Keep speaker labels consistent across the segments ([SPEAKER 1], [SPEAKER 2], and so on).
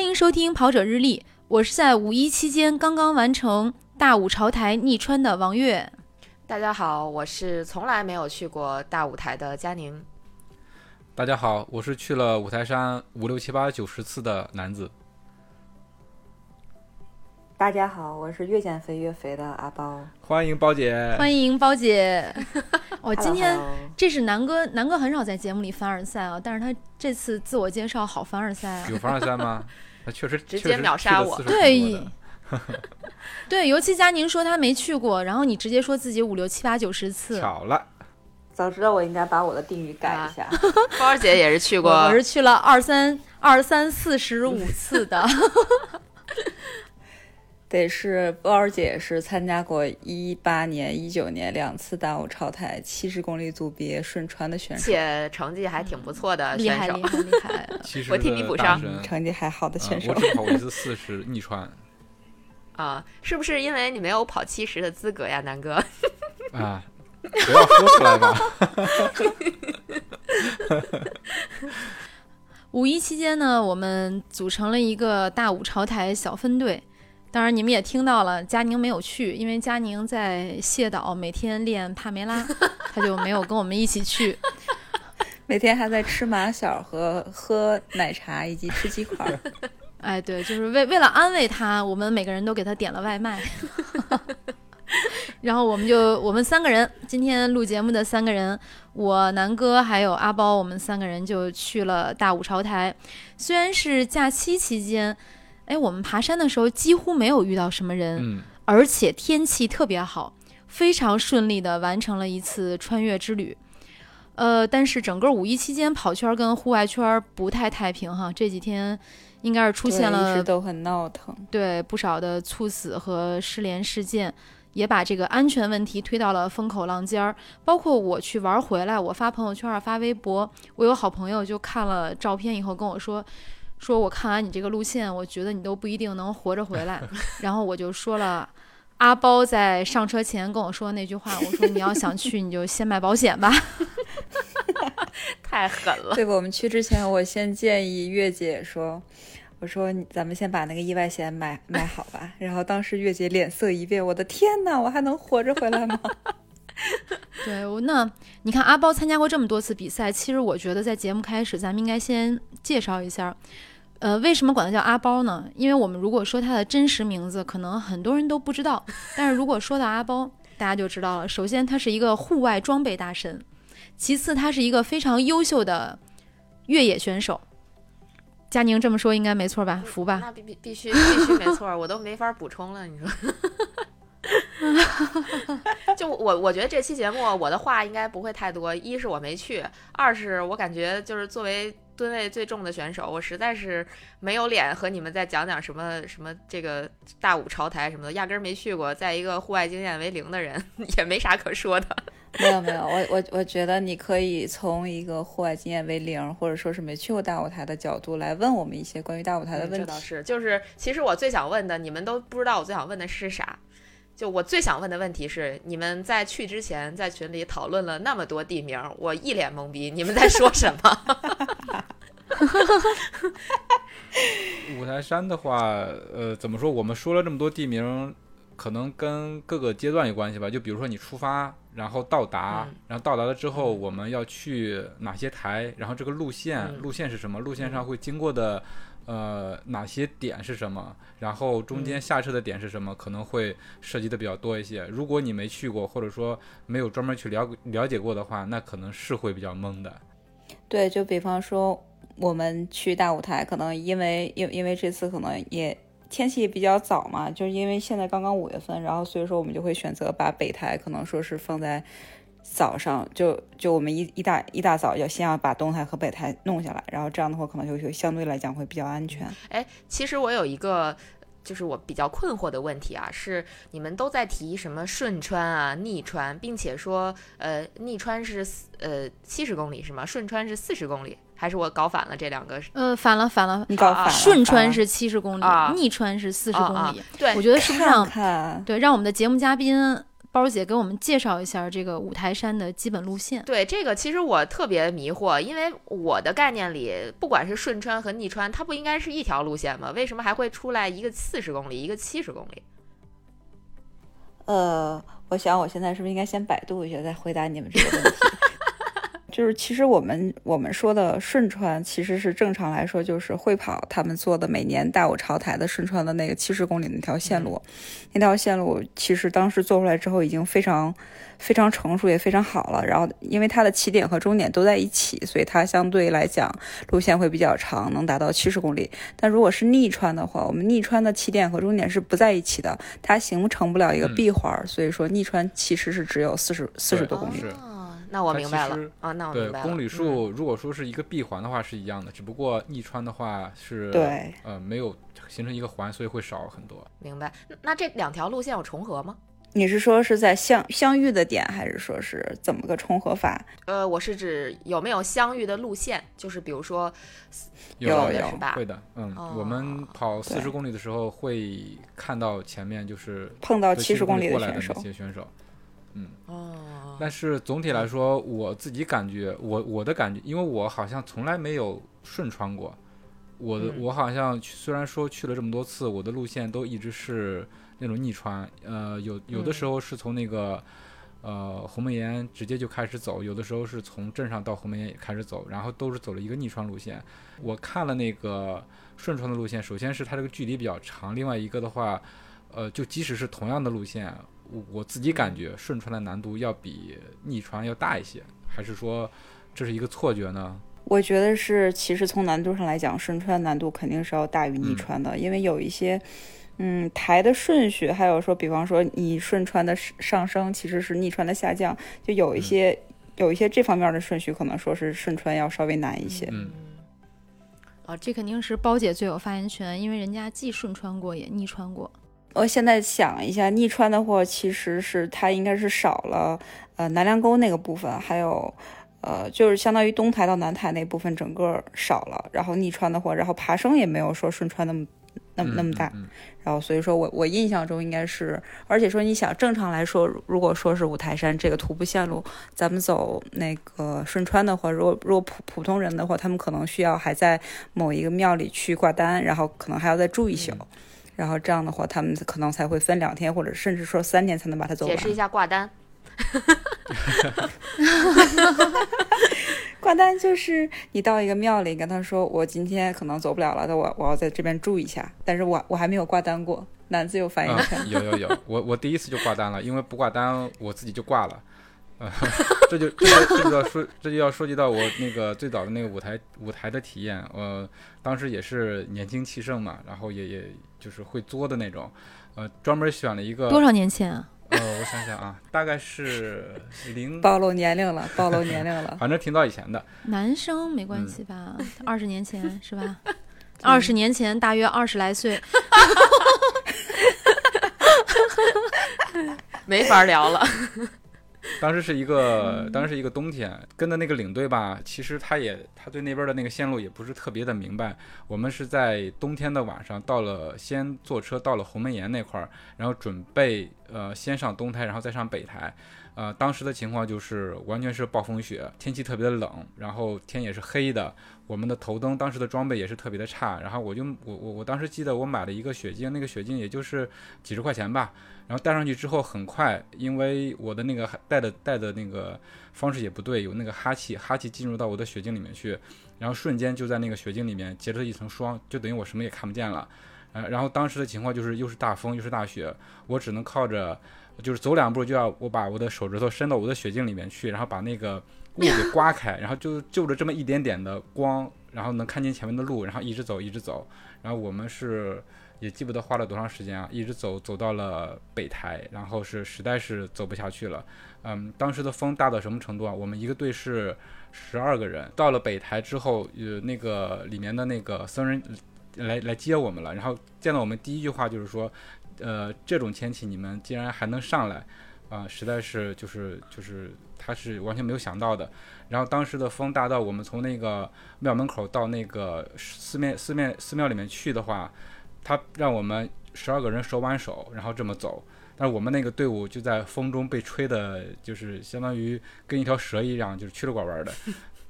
[SPEAKER 1] 迎收听《跑者日历》，我是在五一期间刚刚完成大五朝台逆穿的王月。
[SPEAKER 2] 大家好，我是从来没有去过大舞台的 佳宁。
[SPEAKER 3] 大家好，我是去了五台山五六七八九十次的男子。
[SPEAKER 4] 大家好，我是越减肥越肥的阿包。
[SPEAKER 3] 欢迎包姐，
[SPEAKER 1] 欢迎包姐， 我、
[SPEAKER 4] 我
[SPEAKER 1] 今天这是南哥，南哥很少在节目里凡尔赛啊，但是他这次自我介绍好凡尔赛啊。
[SPEAKER 3] 有凡尔赛 吗？他确实
[SPEAKER 2] 直接秒杀我
[SPEAKER 1] 对， 对，尤其佳宁说他没去过，然后你直接说自己五六七八九十次。
[SPEAKER 3] 巧了，
[SPEAKER 4] 早知道我应该把我的定语
[SPEAKER 1] 啊
[SPEAKER 4] 改一 下。
[SPEAKER 2] 包儿姐也是去
[SPEAKER 1] 我
[SPEAKER 2] 过
[SPEAKER 1] 我，是去了二三二三四十五次 的，
[SPEAKER 5] 得是包儿姐是参加过一八年、一九年两次大五超台七十公里组别顺川的选手，
[SPEAKER 2] 且成绩还挺不错的
[SPEAKER 1] 嗯厉
[SPEAKER 2] 选
[SPEAKER 1] 害
[SPEAKER 2] 手
[SPEAKER 1] 厉。害厉害！
[SPEAKER 3] 其实呃
[SPEAKER 2] 我替你补上
[SPEAKER 5] 成绩还好的选手
[SPEAKER 1] 啊
[SPEAKER 3] 我。只跑过一次四十逆穿
[SPEAKER 2] 啊、是不是因为你没有跑七十的资格呀，南哥？
[SPEAKER 3] 啊，不要说出来 吧。
[SPEAKER 1] 五一期间呢，我们组成了一个大五朝台小分队。当然，你们也听到了，佳宁没有去，因为佳宁在谢岛每天练帕梅拉，他就没有跟我们一起去。
[SPEAKER 5] 每天还在吃马小和喝奶茶以及吃鸡块儿。
[SPEAKER 1] 哎，对，就是为为了安慰他，我们每个人都给他点了外卖。 然后我们就我们三个人今天录节目的三个人，我南哥还有阿包，我们三个人就去了大五朝台。虽然是假期期间，哎，我们爬山的时候几乎没有遇到什么人，
[SPEAKER 3] 嗯，
[SPEAKER 1] 而且天气特别好，非常顺利地完成了一次穿越之旅。呃，但是整个五一期间，跑圈儿跟户外圈儿不太太平哈，这几天应该是 出现
[SPEAKER 5] 对一直
[SPEAKER 1] 了
[SPEAKER 5] 都很闹腾。
[SPEAKER 1] 对不少的猝死和失联事件，也把这个安全问题推到了风口浪尖儿。包括我去玩儿回来，我发朋友圈儿、啊发微博，我有好朋友就看了照片以后跟我说。说我看完你这个路线，我觉得你都不一定能活着回来。然后我就说了，阿包在上车前跟我说那句话，我说你要想去，你就先买保险吧。
[SPEAKER 2] 太狠了！
[SPEAKER 5] 对我们去之前，我先建议月姐说：“我说你咱们先把那个意外险买买好吧。”然后当时月姐脸色一变，我的天哪，我还能活着回来吗？
[SPEAKER 1] 对，我那你看阿包参加过这么多次比赛，其实我觉得在节目开始，咱们应该先介绍一下，呃，为什么管他叫阿包呢？因为我们如果说他的真实名字，可能很多人都不知道，但是如果说到阿包，大家就知道了。首先，他是一个户外装备大神；其次，他是一个非常优秀的越野选手。佳宁这么说应该没错吧？服吧？
[SPEAKER 2] 那必必必须必须没错儿，我都没法补充了。你说， 就我我觉得这期节目我的话应该不会太多，一是我没去，二是我感觉就是作为吨位最重的选手，我实在是没有脸和你们再讲讲什么什么这个大五朝台什么的，压根儿没去过，在一个户外经验为零的人 也没啥可说的。
[SPEAKER 5] 没有没有，我我我觉得你可以从一个户外经验为零，或者说是没去过大舞台的角度来问我们一些关于大舞台的
[SPEAKER 2] 嗯这
[SPEAKER 5] 问
[SPEAKER 2] 倒
[SPEAKER 5] 题。
[SPEAKER 2] 是，就是其实我最想问的，你们都不知道我最想问的是啥。就我最想问的问题是，你们在去之前在群里讨论了那么多地名，我一脸懵逼，你们在说什么？
[SPEAKER 3] 五台山的话，呃，怎么说？我们说了这么多地名，可能跟各个阶段有关系吧。就比如说你出发，然后到达，
[SPEAKER 2] 嗯
[SPEAKER 3] 然后到达了之后，我们要去哪些台？然后这个路线，
[SPEAKER 2] 嗯
[SPEAKER 3] 路线是什么？路线上会经过的，呃，哪些点是什么？然后中间下车的点是什么？可能会涉及的比较多一些。如果你没去过，或者说没有专门去了了解过的话，那可能是会比较懵的。
[SPEAKER 5] 对，就比方说我们去大舞台，可能因为因因为这次可能也天气也比较早嘛，就是因为现在刚刚五月份，然后所以说我们就会选择把北台可能说是放在早上，就就我们一一大一大早要先要把东台和北台弄下来，然后这样的话可能就会相对来讲会比较安全。
[SPEAKER 2] 哎，其实我有一个。就是我比较困惑的问题啊，是你们都在提什么顺川啊、逆川，并且说，呃，逆川是四呃七十公里是吗？顺川是四十公里，还是我搞反了这两个？
[SPEAKER 1] 呃，反了反了，
[SPEAKER 5] 你搞反了，
[SPEAKER 1] 顺
[SPEAKER 5] 反
[SPEAKER 1] 川
[SPEAKER 5] 了
[SPEAKER 1] 是七十公里，
[SPEAKER 2] 啊
[SPEAKER 1] 逆川是四十公里。
[SPEAKER 2] 啊啊对，
[SPEAKER 1] 我觉得是不是让
[SPEAKER 5] 看看。
[SPEAKER 1] 对，让我们的节目嘉宾包姐给我们介绍一下这个五台山的基本路线。
[SPEAKER 2] 对这个，其实我特别迷惑，因为我的概念里，不管是顺川和逆川，它不应该是一条路线吗？为什么还会出来一个四十公里，一个七十公里？
[SPEAKER 5] 呃，我想我现在是不是应该先百度一下，再回答你们这个问题？ 就是其实我们我们说的顺川，其实是正常来说就是会跑他们做的每年大五朝台的顺川的那个七十公里那条线路，那条线路其实当时做出来之后已经非常非常成熟也非常好了。然后因为它的起点和终点都在一起，所以它相对来讲路线会比较长，能达到七十公里。但如果是逆川的话，我们逆川的起点和终点是不在一起的，它形成不了一个
[SPEAKER 3] 嗯
[SPEAKER 5] 闭环儿，所以说逆川其实是只有四十四十多公里。
[SPEAKER 3] 是
[SPEAKER 2] 哦，那我
[SPEAKER 3] 它
[SPEAKER 2] 明
[SPEAKER 3] 其
[SPEAKER 2] 白了
[SPEAKER 3] 实
[SPEAKER 2] 啊，
[SPEAKER 5] 哦
[SPEAKER 2] 那我
[SPEAKER 3] 对
[SPEAKER 2] 明白了。
[SPEAKER 3] 公里
[SPEAKER 2] 嗯
[SPEAKER 3] 数，如果说是一个闭环的话是一样的，只不过逆穿的话是
[SPEAKER 5] 对
[SPEAKER 3] 呃没有形成一个环，所以会少很多。
[SPEAKER 2] 明白。那那这两条路线有重合吗？
[SPEAKER 5] 你是说是在相相遇的点，还是说是怎么个重合法？
[SPEAKER 2] 呃，我是指有没有相遇的路线，就是比如说
[SPEAKER 5] 有
[SPEAKER 3] 的
[SPEAKER 5] 有
[SPEAKER 3] 的
[SPEAKER 2] 是吧
[SPEAKER 3] 会的，嗯，我们
[SPEAKER 2] 哦
[SPEAKER 3] 跑四十
[SPEAKER 5] 对
[SPEAKER 3] 公里的时候会看到前面就是
[SPEAKER 5] 碰到
[SPEAKER 3] 对
[SPEAKER 5] 哦七十
[SPEAKER 3] 公
[SPEAKER 5] 公里
[SPEAKER 3] 过来
[SPEAKER 5] 选手
[SPEAKER 3] 那，些选手。
[SPEAKER 2] 哦，
[SPEAKER 3] 但是总体
[SPEAKER 5] 嗯
[SPEAKER 3] 来说，我自己感觉，我我的感觉，因为我好像从来没有顺穿过，我的、
[SPEAKER 2] 嗯
[SPEAKER 3] 我好像去虽然说去了这么多次，我的路线都一直是那种逆穿，呃，有有的
[SPEAKER 2] 嗯
[SPEAKER 3] 时候是从那个。呃，鸿门岩直接就开始走，有的时候是从镇上到鸿门岩也开始走，然后都是走了一个逆穿路线。我看了那个顺川的路线，首先是它这个距离比较长，另外一个的话，呃，就即使是同样的路线，我我自己感觉顺川的难度要比逆川要大一些，还是说这是一个错觉呢？
[SPEAKER 5] 我觉得是，其实从难度上来讲，顺川难度肯定是要大于逆
[SPEAKER 3] 嗯
[SPEAKER 5] 川的，因为有一些，嗯，台的顺序，还有说，比方说你顺川的上上升其实是逆川的下降，就
[SPEAKER 3] 嗯
[SPEAKER 5] 有一些、有一些这方面的顺序，可能说是顺川要稍微难一些。
[SPEAKER 3] 嗯
[SPEAKER 1] 哦，这肯定是包姐最有发言权，因为人家既顺穿过也逆穿过。
[SPEAKER 5] 我现在想一下，逆川的话，其实是它应该是少了呃南梁沟那个部分，还有呃就是相当于东台到南台那部分整个少了，然后逆川的话，然后爬升也没有说顺川那么那么那么大，
[SPEAKER 3] 嗯嗯
[SPEAKER 5] 然后所以说我我印象中应该是，而且说你想正常来说，如果说是五台山这个徒步线路，咱们走那个顺川的话，如果如果普普通人的话，他们可能需要还在某一个庙里去挂单，然后可能还要再住一宿，
[SPEAKER 2] 嗯
[SPEAKER 5] 然后这样的话，他们可能才会分两天或者甚至说三天才能把它走
[SPEAKER 2] 解
[SPEAKER 5] 完。
[SPEAKER 2] 释一下挂单。
[SPEAKER 5] 挂单就是你到一个庙里跟他说，我今天可能走不了了，但我我要在这边住一下，但是我我还没有挂单过，男子有发言权。
[SPEAKER 3] 嗯有有有，我我第一次就挂单了，因为不挂单我自己就挂了。呃， 这就这就这就要说这就要说及到我那个最早的那个舞台舞台的体验，呃，当时也是年轻气盛嘛，然后也也就是会作的那种，呃，专门选了一个
[SPEAKER 1] 多少年前啊？
[SPEAKER 3] 呃，我想想啊，大概是零，
[SPEAKER 5] 暴露年龄了，暴露年龄了。
[SPEAKER 3] 反正挺早以前的，
[SPEAKER 1] 男生没关系吧？二十、年前是吧？二十年前大约二十来岁，
[SPEAKER 2] 没法聊了，
[SPEAKER 3] 当时是一个，当时是一个冬天，跟的那个领队吧，其实他也他对那边的那个线路也不是特别的明白。我们是在冬天的晚上到了，先坐车到了鸿门岩那块儿，然后准备呃先上东台，然后再上北台。呃，当时的情况就是完全是暴风雪，天气特别的冷，然后天也是黑的。我们的头灯当时的装备也是特别的差，然后我就我我我当时记得我买了一个雪镜，那个雪镜也就是几十块钱吧，然后戴上去之后，很快，因为我的那个戴的戴的那个方式也不对，有那个哈气，哈气进入到我的血晶里面去，然后瞬间就在那个血晶里面结了一层霜，就等于我什么也看不见了。呃，然后当时的情况就是又是大风又是大雪，我只能靠着，就是走两步就要我把我的手指头伸到我的血晶里面去，然后把那个雾给刮开，然后就就着这么一点点的光，然后能看见前面的路，然后一直走一直走，然后我们是也记不得花了多长时间啊，一直走走到了北台，然后是实在是走不下去了。嗯，当时的风大到什么程度啊？我们一个队是十二个人，到了北台之后，呃，那个里面的那个僧人来来接我们了，然后见到我们第一句话就是说，呃，这种天气你们竟然还能上来，啊、实在是就是就是他是完全没有想到的。然后当时的风大到我们从那个庙门口到那个寺庙寺庙寺庙里面去的话，他让我们十二个人手挽手，然后这么走。但是我们那个队伍就在风中被吹的，就是相当于跟一条蛇一样，就是曲了拐弯的。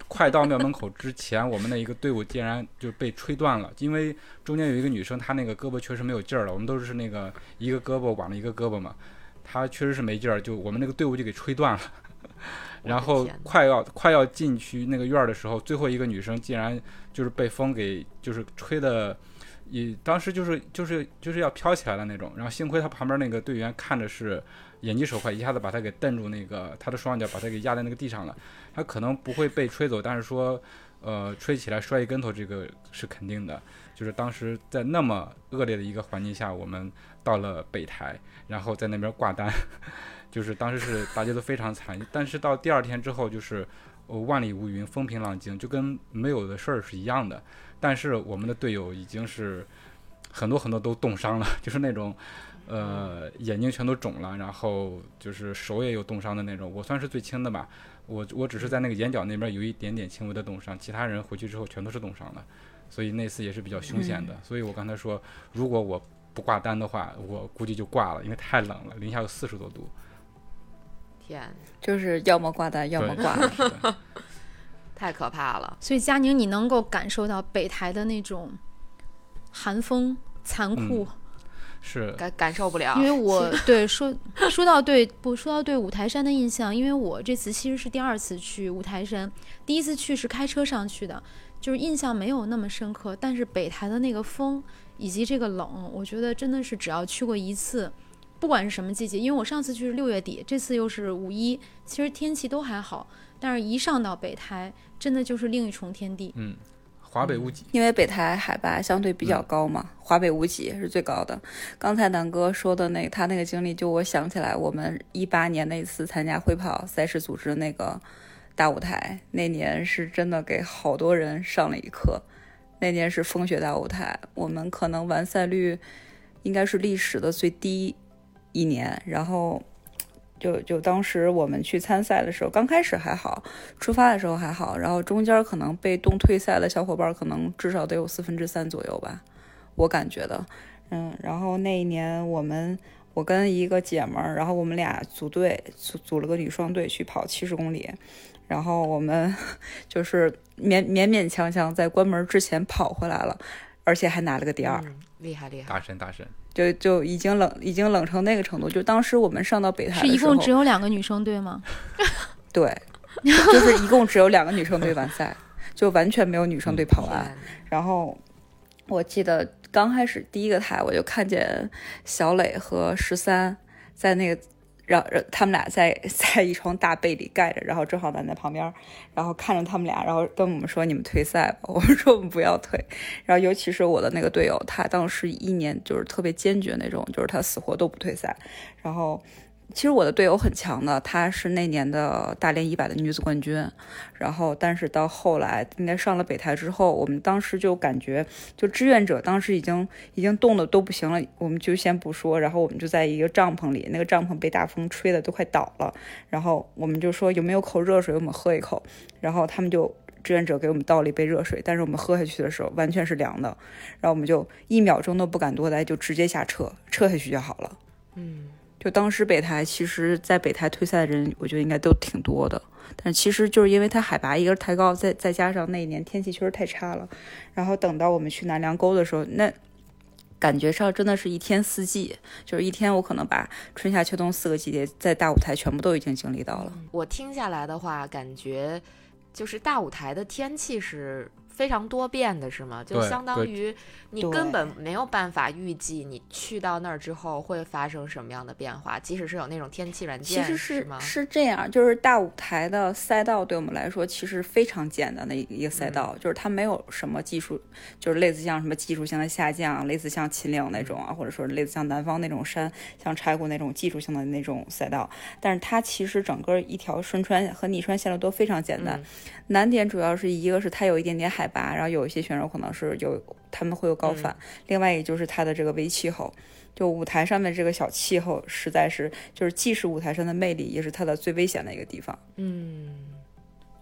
[SPEAKER 3] 快到庙门口之前，我们那一个队伍竟然就被吹断了，因为中间有一个女生，她那个胳膊确实没有劲儿了。我们都是那个一个胳膊挽了一个胳膊嘛，她确实是没劲儿，就我们那个队伍就给吹断了。 然后
[SPEAKER 2] 天呐
[SPEAKER 3] 快要快要进去那个院儿的时候，最后一个女生竟然就是被风给就是吹的，也当时就是就是就是要飘起来的那种。然后幸亏她旁边那个队员看着是眼疾手快，一下子把她给蹬住，那个她的双脚把她给压在那个地上了。她可能不会被吹走，但是说，呃，吹起来摔一跟头这个是肯定的。就是当时在那么恶劣的一个环境下，我们到了北台，然后在那边挂单，就是当时是大家都非常惨。但是到第二天之后，就是、呃、万里无云，风平浪静，就跟没有的事儿是一样的。但是我们的队友已经是很多很多都冻伤了， 就是那种。呃，眼睛全都肿了，然后就是手也有冻伤的那种。我算是最轻的吧，我我只是在那个眼角那边有一点点轻微的冻伤，其他人回去之后全都是冻伤了，所以那次也是比较凶险的。所以我刚才说，如果我不挂单的话，我估计就挂了，因为太冷了，零下有四十多度。
[SPEAKER 2] 天，
[SPEAKER 5] 就是要么挂单，要么
[SPEAKER 3] 对
[SPEAKER 5] 挂。
[SPEAKER 3] 是的
[SPEAKER 2] 太可怕了。
[SPEAKER 1] 所以佳宁，你能够感受到北台的那种寒风残酷，
[SPEAKER 3] 是
[SPEAKER 2] 感感受不了
[SPEAKER 5] 啊
[SPEAKER 1] 因，
[SPEAKER 2] 嗯
[SPEAKER 1] 为我对说说到对不说到对五台山的印象，因为我这次其实是第二次去五台山，第一次去是开车上去的，就是印象没有那么深刻。但是北台的那个风以及这个冷，我觉得真的是只要去过一次，不管是什么季节，因为我上次去是六月底，这次又是五一，其实天气都还好，但是一上到北台，真的就是另一重天地。
[SPEAKER 3] 嗯，华北屋脊，
[SPEAKER 5] 因为北台海拔相对比较高嘛，华北无脊是最高的。刚才南哥说的那他那个经历，就我想起来，我们一八年那次参加会跑赛事组织那个大舞台，那年是真的给好多人上了一课。那年是风雪大舞台，我们可能完赛率应该是历史的最低一年。然后就就当时我们去参赛的时候，刚开始还好，出发的时候还好，然后中间可能被冻退赛的小伙伴，可能至少得有四分之三左右吧，我感觉的。嗯，然后那一年我们我跟一个姐们儿，然后我们俩组队组组了个女双队去跑七十公里，然后我们就是勉勉勉强强在关门之前跑回来了，而且还拿了个第二。
[SPEAKER 2] 嗯，厉害厉害，
[SPEAKER 3] 大神大神，
[SPEAKER 5] 就就已经冷，已经冷成那个程度。就当时我们上到北
[SPEAKER 1] 是
[SPEAKER 5] 台的
[SPEAKER 1] 一
[SPEAKER 5] 时候，
[SPEAKER 1] 共只有两个女生对吗？
[SPEAKER 5] 对，就是一共只有两个女生队完赛，就完全没有女生队跑啊完。
[SPEAKER 2] 天
[SPEAKER 5] 然后我记得刚开始第一个台，我就看见小磊和十三在那个。然后他们俩在在一床大被里盖着，然后正好咱在旁边，然后看着他们俩，然后跟我们说你们退赛吧， 我们说我们不要退。然后尤其是我的那个队友，他当时一年就是特别坚决那种，就是他死活都不退赛。然后其实我的队友很强的，她是那年的大连一百的女子冠军，然后但是到后来应该上了北台之后，我们当时就感觉就志愿者当时已经已经冻得都不行了，我们就先不说，然后我们就在一个帐篷里，那个帐篷被大风吹得都快倒了，然后我们就说有没有口热水，我们喝一口，然后他们就。志愿者给我们倒了一杯热水，但是我们喝下去的时候完全是凉的，然后我们就一秒钟都不敢多待，就直接下车，撤下去就好了。
[SPEAKER 2] 嗯，
[SPEAKER 5] 就当时北台，其实，在北台退赛的人，我觉得应该都挺多的。但其实就是因为它海拔一个是抬高，再再加上那一年天气确实太差了，然后等到我们去南梁沟的时候，那感觉上真的是一天四季，就是一天我可能把春夏秋冬四个季节在大舞台全部都已经经历到了。
[SPEAKER 2] 我听下来的话，感觉就是大舞台的天气是非常多变的，是吗？就
[SPEAKER 3] 对
[SPEAKER 2] 相当
[SPEAKER 3] 对
[SPEAKER 2] 于你
[SPEAKER 5] 对
[SPEAKER 2] 根本没有办法预计你去到那儿之后会发生什么样的变化，即使是有那种天气软
[SPEAKER 5] 其
[SPEAKER 2] 件，
[SPEAKER 5] 实
[SPEAKER 2] 是
[SPEAKER 5] 是
[SPEAKER 2] 吗？
[SPEAKER 5] 是这样，就是大舞台的赛道对我们来说其实非常简单的一一个赛
[SPEAKER 2] 嗯
[SPEAKER 5] 道，就是它没有什么技术，就是类似像什么技术性的下降，类似像秦岭那种啊，
[SPEAKER 2] 嗯
[SPEAKER 5] 或者说类似像南方那种山，像柴谷那种技术性的那种赛道。但是它其实整个一条顺穿和逆穿线路都非常简单。
[SPEAKER 2] 嗯
[SPEAKER 5] 难点主要是一个是它有一点点海拔，然后有一些选手可能是有他们会有高反，另外一个就是它的这个微气候。就舞台上面这个小气候，实在是就是既是舞台上的魅力，也是它的最危险的一个地方。
[SPEAKER 2] 嗯，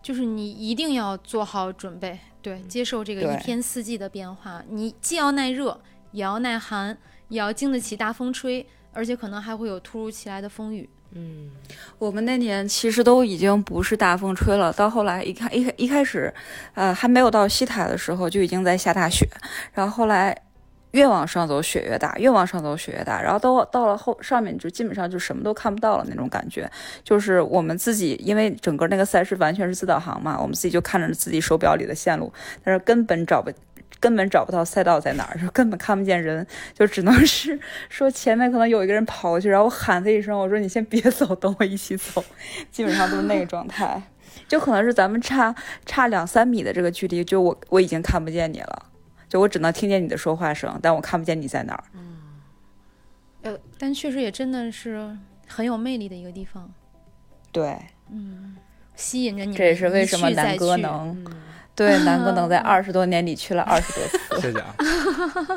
[SPEAKER 1] 就是你一定要做好准备，对，接受这个
[SPEAKER 5] 嗯对
[SPEAKER 1] 一天四季的变化。你既要耐热，也要耐寒，也要经得起大风吹，而且可能还会有突如其来的风雨。
[SPEAKER 2] 嗯，
[SPEAKER 5] 我们那年其实都已经不是大风吹了，到后来一看一开一开始，呃，还没有到西塔的时候就已经在下大雪，然后后来越往上走雪越大，越往上走雪越大，然后都到了后上面就基本上就什么都看不到了那种感觉，就是我们自己因为整个那个赛事完全是自导航嘛，我们自己就看着自己手表里的线路，但是根本找不。根本找不到赛道在哪儿，就根本看不见人，就只能是 说前面可能有一个人跑过去，然后我喊他一声，我说你先别走，等我一起走，基本上都是那个状态，就可能是咱们差差两三米的这个距离，就我我已经看不见你了，就我只能听见你的说话声，但我看不见你在哪儿。
[SPEAKER 1] 但确实也真的是很有魅力的一个地方，
[SPEAKER 5] 对，
[SPEAKER 1] 嗯，吸引着你。
[SPEAKER 5] 这也是为什么南哥？能，
[SPEAKER 2] 嗯
[SPEAKER 3] 嗯
[SPEAKER 5] 对南哥能 在二十多年里去了二十多次。
[SPEAKER 3] 谢谢啊。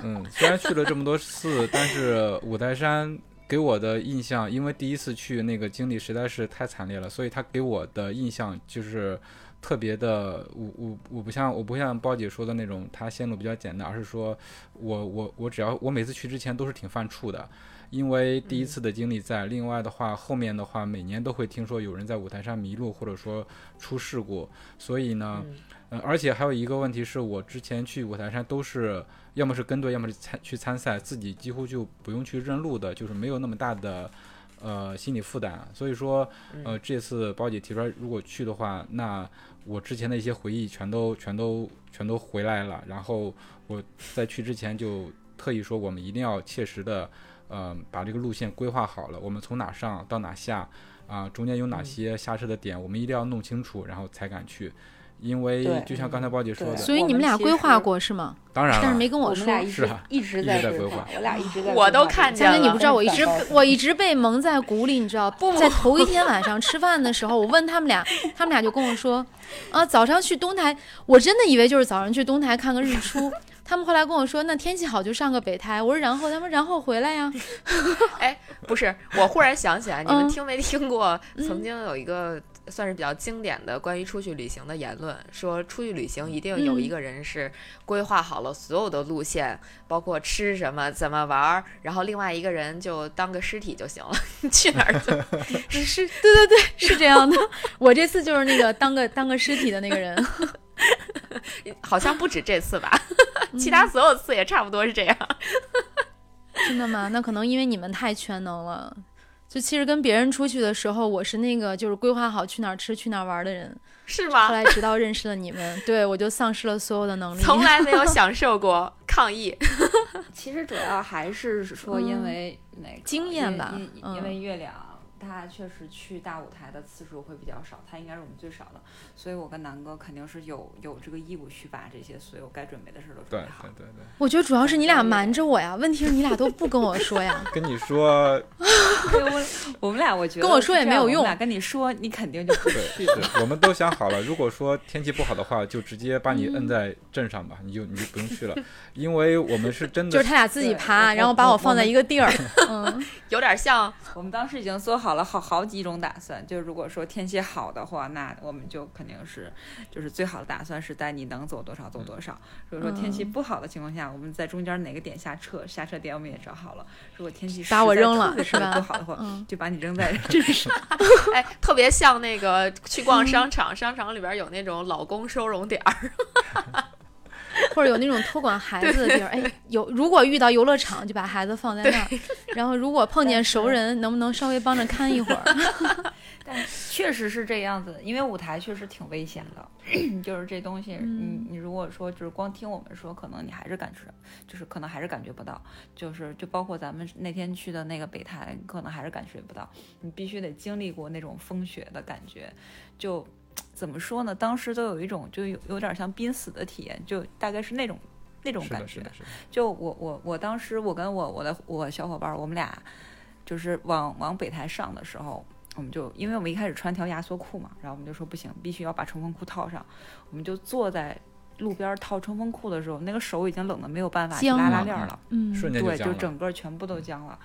[SPEAKER 3] 嗯，虽然去了这么多次，但是五台山给我的印象，因为第一次去那个经历实在是太惨烈了，所以他给我的印象就是特别的，我我我不像我不像包姐说的那种，它线路比较简单，而是说我我我只要我每次去之前都是挺犯怵的。因为第一次的经历在，另外的话，后面的话每年都会听说有人在五台山迷路，或者说出事故，所以呢，
[SPEAKER 2] 嗯
[SPEAKER 3] 呃，而且还有一个问题是我之前去五台山都是要么是跟队，要么是参去参赛，自己几乎就不用去认路的，就是没有那么大的呃心理负担。所以说，
[SPEAKER 1] 嗯
[SPEAKER 3] 呃，这次包姐提出来，如果去的话，那我之前的一些回忆全都全都全都回来了。然后我在去之前就特意说，我们一定要切实的。呃，把这个路线规划好了，我们从哪上到哪下，啊、中间有
[SPEAKER 1] 嗯
[SPEAKER 3] 哪些下车的点，我们一定要弄清楚，然后才敢去。因为
[SPEAKER 5] 对
[SPEAKER 3] 就像刚才包姐说
[SPEAKER 5] 对
[SPEAKER 3] 的，
[SPEAKER 1] 所以你们俩规划过是吗？
[SPEAKER 3] 当然
[SPEAKER 1] 但是
[SPEAKER 3] 了，
[SPEAKER 1] 没跟
[SPEAKER 5] 我
[SPEAKER 1] 说
[SPEAKER 5] 们。俩一
[SPEAKER 3] 是
[SPEAKER 5] 直
[SPEAKER 3] 啊
[SPEAKER 5] 一直
[SPEAKER 3] 一
[SPEAKER 5] 在
[SPEAKER 3] 直在
[SPEAKER 5] 规
[SPEAKER 3] 规
[SPEAKER 5] 划
[SPEAKER 3] 划，
[SPEAKER 5] 我俩一直在规划。
[SPEAKER 2] 我都看见
[SPEAKER 1] 佳
[SPEAKER 2] 了
[SPEAKER 1] 哥，你不知道，我一
[SPEAKER 5] 真
[SPEAKER 1] 直
[SPEAKER 5] 的糟糕
[SPEAKER 1] 我一直被蒙在鼓里，你知道？在头一天晚上吃饭的时候，我问他们俩，他们俩就跟我说，啊，早上去东台，我真的以为就是早上去东台看个日出。 他们后来跟我说，那天气好就上个北台。我说，然后他们然后回来呀，
[SPEAKER 2] 不是，我忽然想起来，你们
[SPEAKER 1] 嗯
[SPEAKER 2] 听没听过
[SPEAKER 1] 嗯
[SPEAKER 2] 曾经有一个算是比较经典的关于出去旅行的言论，说出去旅行一定有一
[SPEAKER 1] 嗯
[SPEAKER 2] 个人是规划好了所有的路线，包括吃什么、怎么玩儿，然后另外一个人就当个尸体就行了， 去哪儿就
[SPEAKER 1] 是，对对对，是这样的。我这次就是那个当个当个尸体的那个人，
[SPEAKER 2] 好像不止这次吧， 其他所有次也差不多是这样。
[SPEAKER 1] 嗯真的吗？那可能因为你们太全能了。就其实跟别人出去的时候，我是那个就是规划好去哪儿吃、去哪儿玩的人。
[SPEAKER 2] 是
[SPEAKER 1] 后
[SPEAKER 2] 吗？
[SPEAKER 1] 来直到认识了你们，对我就丧失了所有的能力。
[SPEAKER 2] 从来 没有享受过抗议。
[SPEAKER 5] 其实主要还是说，因为那个、
[SPEAKER 1] 嗯经验吧
[SPEAKER 5] 因因
[SPEAKER 1] 嗯
[SPEAKER 5] 因为月亮他确实去大舞台的次数会比较少，他应该是我们最少的，所以我跟南哥肯定是有有这个义务去把这些所有该准备的事儿都
[SPEAKER 3] 对
[SPEAKER 5] 准备好
[SPEAKER 3] 对。对对，
[SPEAKER 1] 我觉得主要是你俩瞒着我呀，问题是你俩都不跟我说 呀。
[SPEAKER 3] 跟你 说，
[SPEAKER 5] 对，我我们俩我觉得
[SPEAKER 1] 跟我说也没有用
[SPEAKER 5] 我们俩跟你说，你肯定就不
[SPEAKER 3] 对，
[SPEAKER 5] 去。
[SPEAKER 3] 是我们都想好了，如果说天气不好的话，就直接把你
[SPEAKER 5] 嗯
[SPEAKER 3] 摁在镇上吧，你就你就不用去了，因为我们是真
[SPEAKER 1] 就
[SPEAKER 3] 的
[SPEAKER 1] 是他俩自己爬，
[SPEAKER 5] 对
[SPEAKER 1] 然后把我放在一个 地儿。嗯，
[SPEAKER 2] 有点像
[SPEAKER 5] 我们当时已经做好了好好几种打算，就如果说天气好的话，那我们就肯定是就是最好的打算是带你能走多少走多少。如果说天气
[SPEAKER 1] 嗯
[SPEAKER 5] 不好的情况下，我们在中间哪个点下车，下车点我们也找好了。如果天气
[SPEAKER 1] 把我
[SPEAKER 5] 实在
[SPEAKER 1] 扔了
[SPEAKER 5] 特别
[SPEAKER 1] 是
[SPEAKER 5] 特别
[SPEAKER 1] 吧
[SPEAKER 5] 不好的话，
[SPEAKER 1] 嗯
[SPEAKER 5] 就把你扔在这上。
[SPEAKER 2] 哎，特别像那个去逛商场，商场里边有那种老公收容点儿，
[SPEAKER 1] 或者有那种托管孩子的地儿。哎，有如果遇到游乐场，就把孩子放在那儿。然后如果碰见熟人，能不能稍微帮着看一 会儿？
[SPEAKER 5] 但确实是这样子，因为舞台确实挺危险的， 就是这东西，你
[SPEAKER 1] 嗯
[SPEAKER 5] 你如果说就是光听我们说，可能你还是感知，就是可能还是感觉不到，就是就包括咱们那天去的那个北台，可能还是感觉不到，你必须得经历过那种风雪的感觉，就怎么说呢？当时都有一种就有有点像濒死的体验，就大概是那种那种
[SPEAKER 3] 是
[SPEAKER 5] 感
[SPEAKER 3] 的，
[SPEAKER 5] 觉
[SPEAKER 3] 是。的，是的，
[SPEAKER 5] 就我我我当时我跟我我的我小伙伴儿，我们俩就是往往北台上的时候，我们就因为我们一开始穿条压缩裤嘛，然后我们就说不行，必须要把冲锋裤套上，我们就坐在路边儿套冲锋裤的时候，那个手已经冷的没有办法去
[SPEAKER 1] 僵
[SPEAKER 5] 拉
[SPEAKER 3] 了
[SPEAKER 5] 拉链儿了，
[SPEAKER 1] 嗯，
[SPEAKER 3] 瞬间
[SPEAKER 5] 对，
[SPEAKER 3] 僵
[SPEAKER 5] 就
[SPEAKER 3] 了。
[SPEAKER 5] 整个全部都僵了，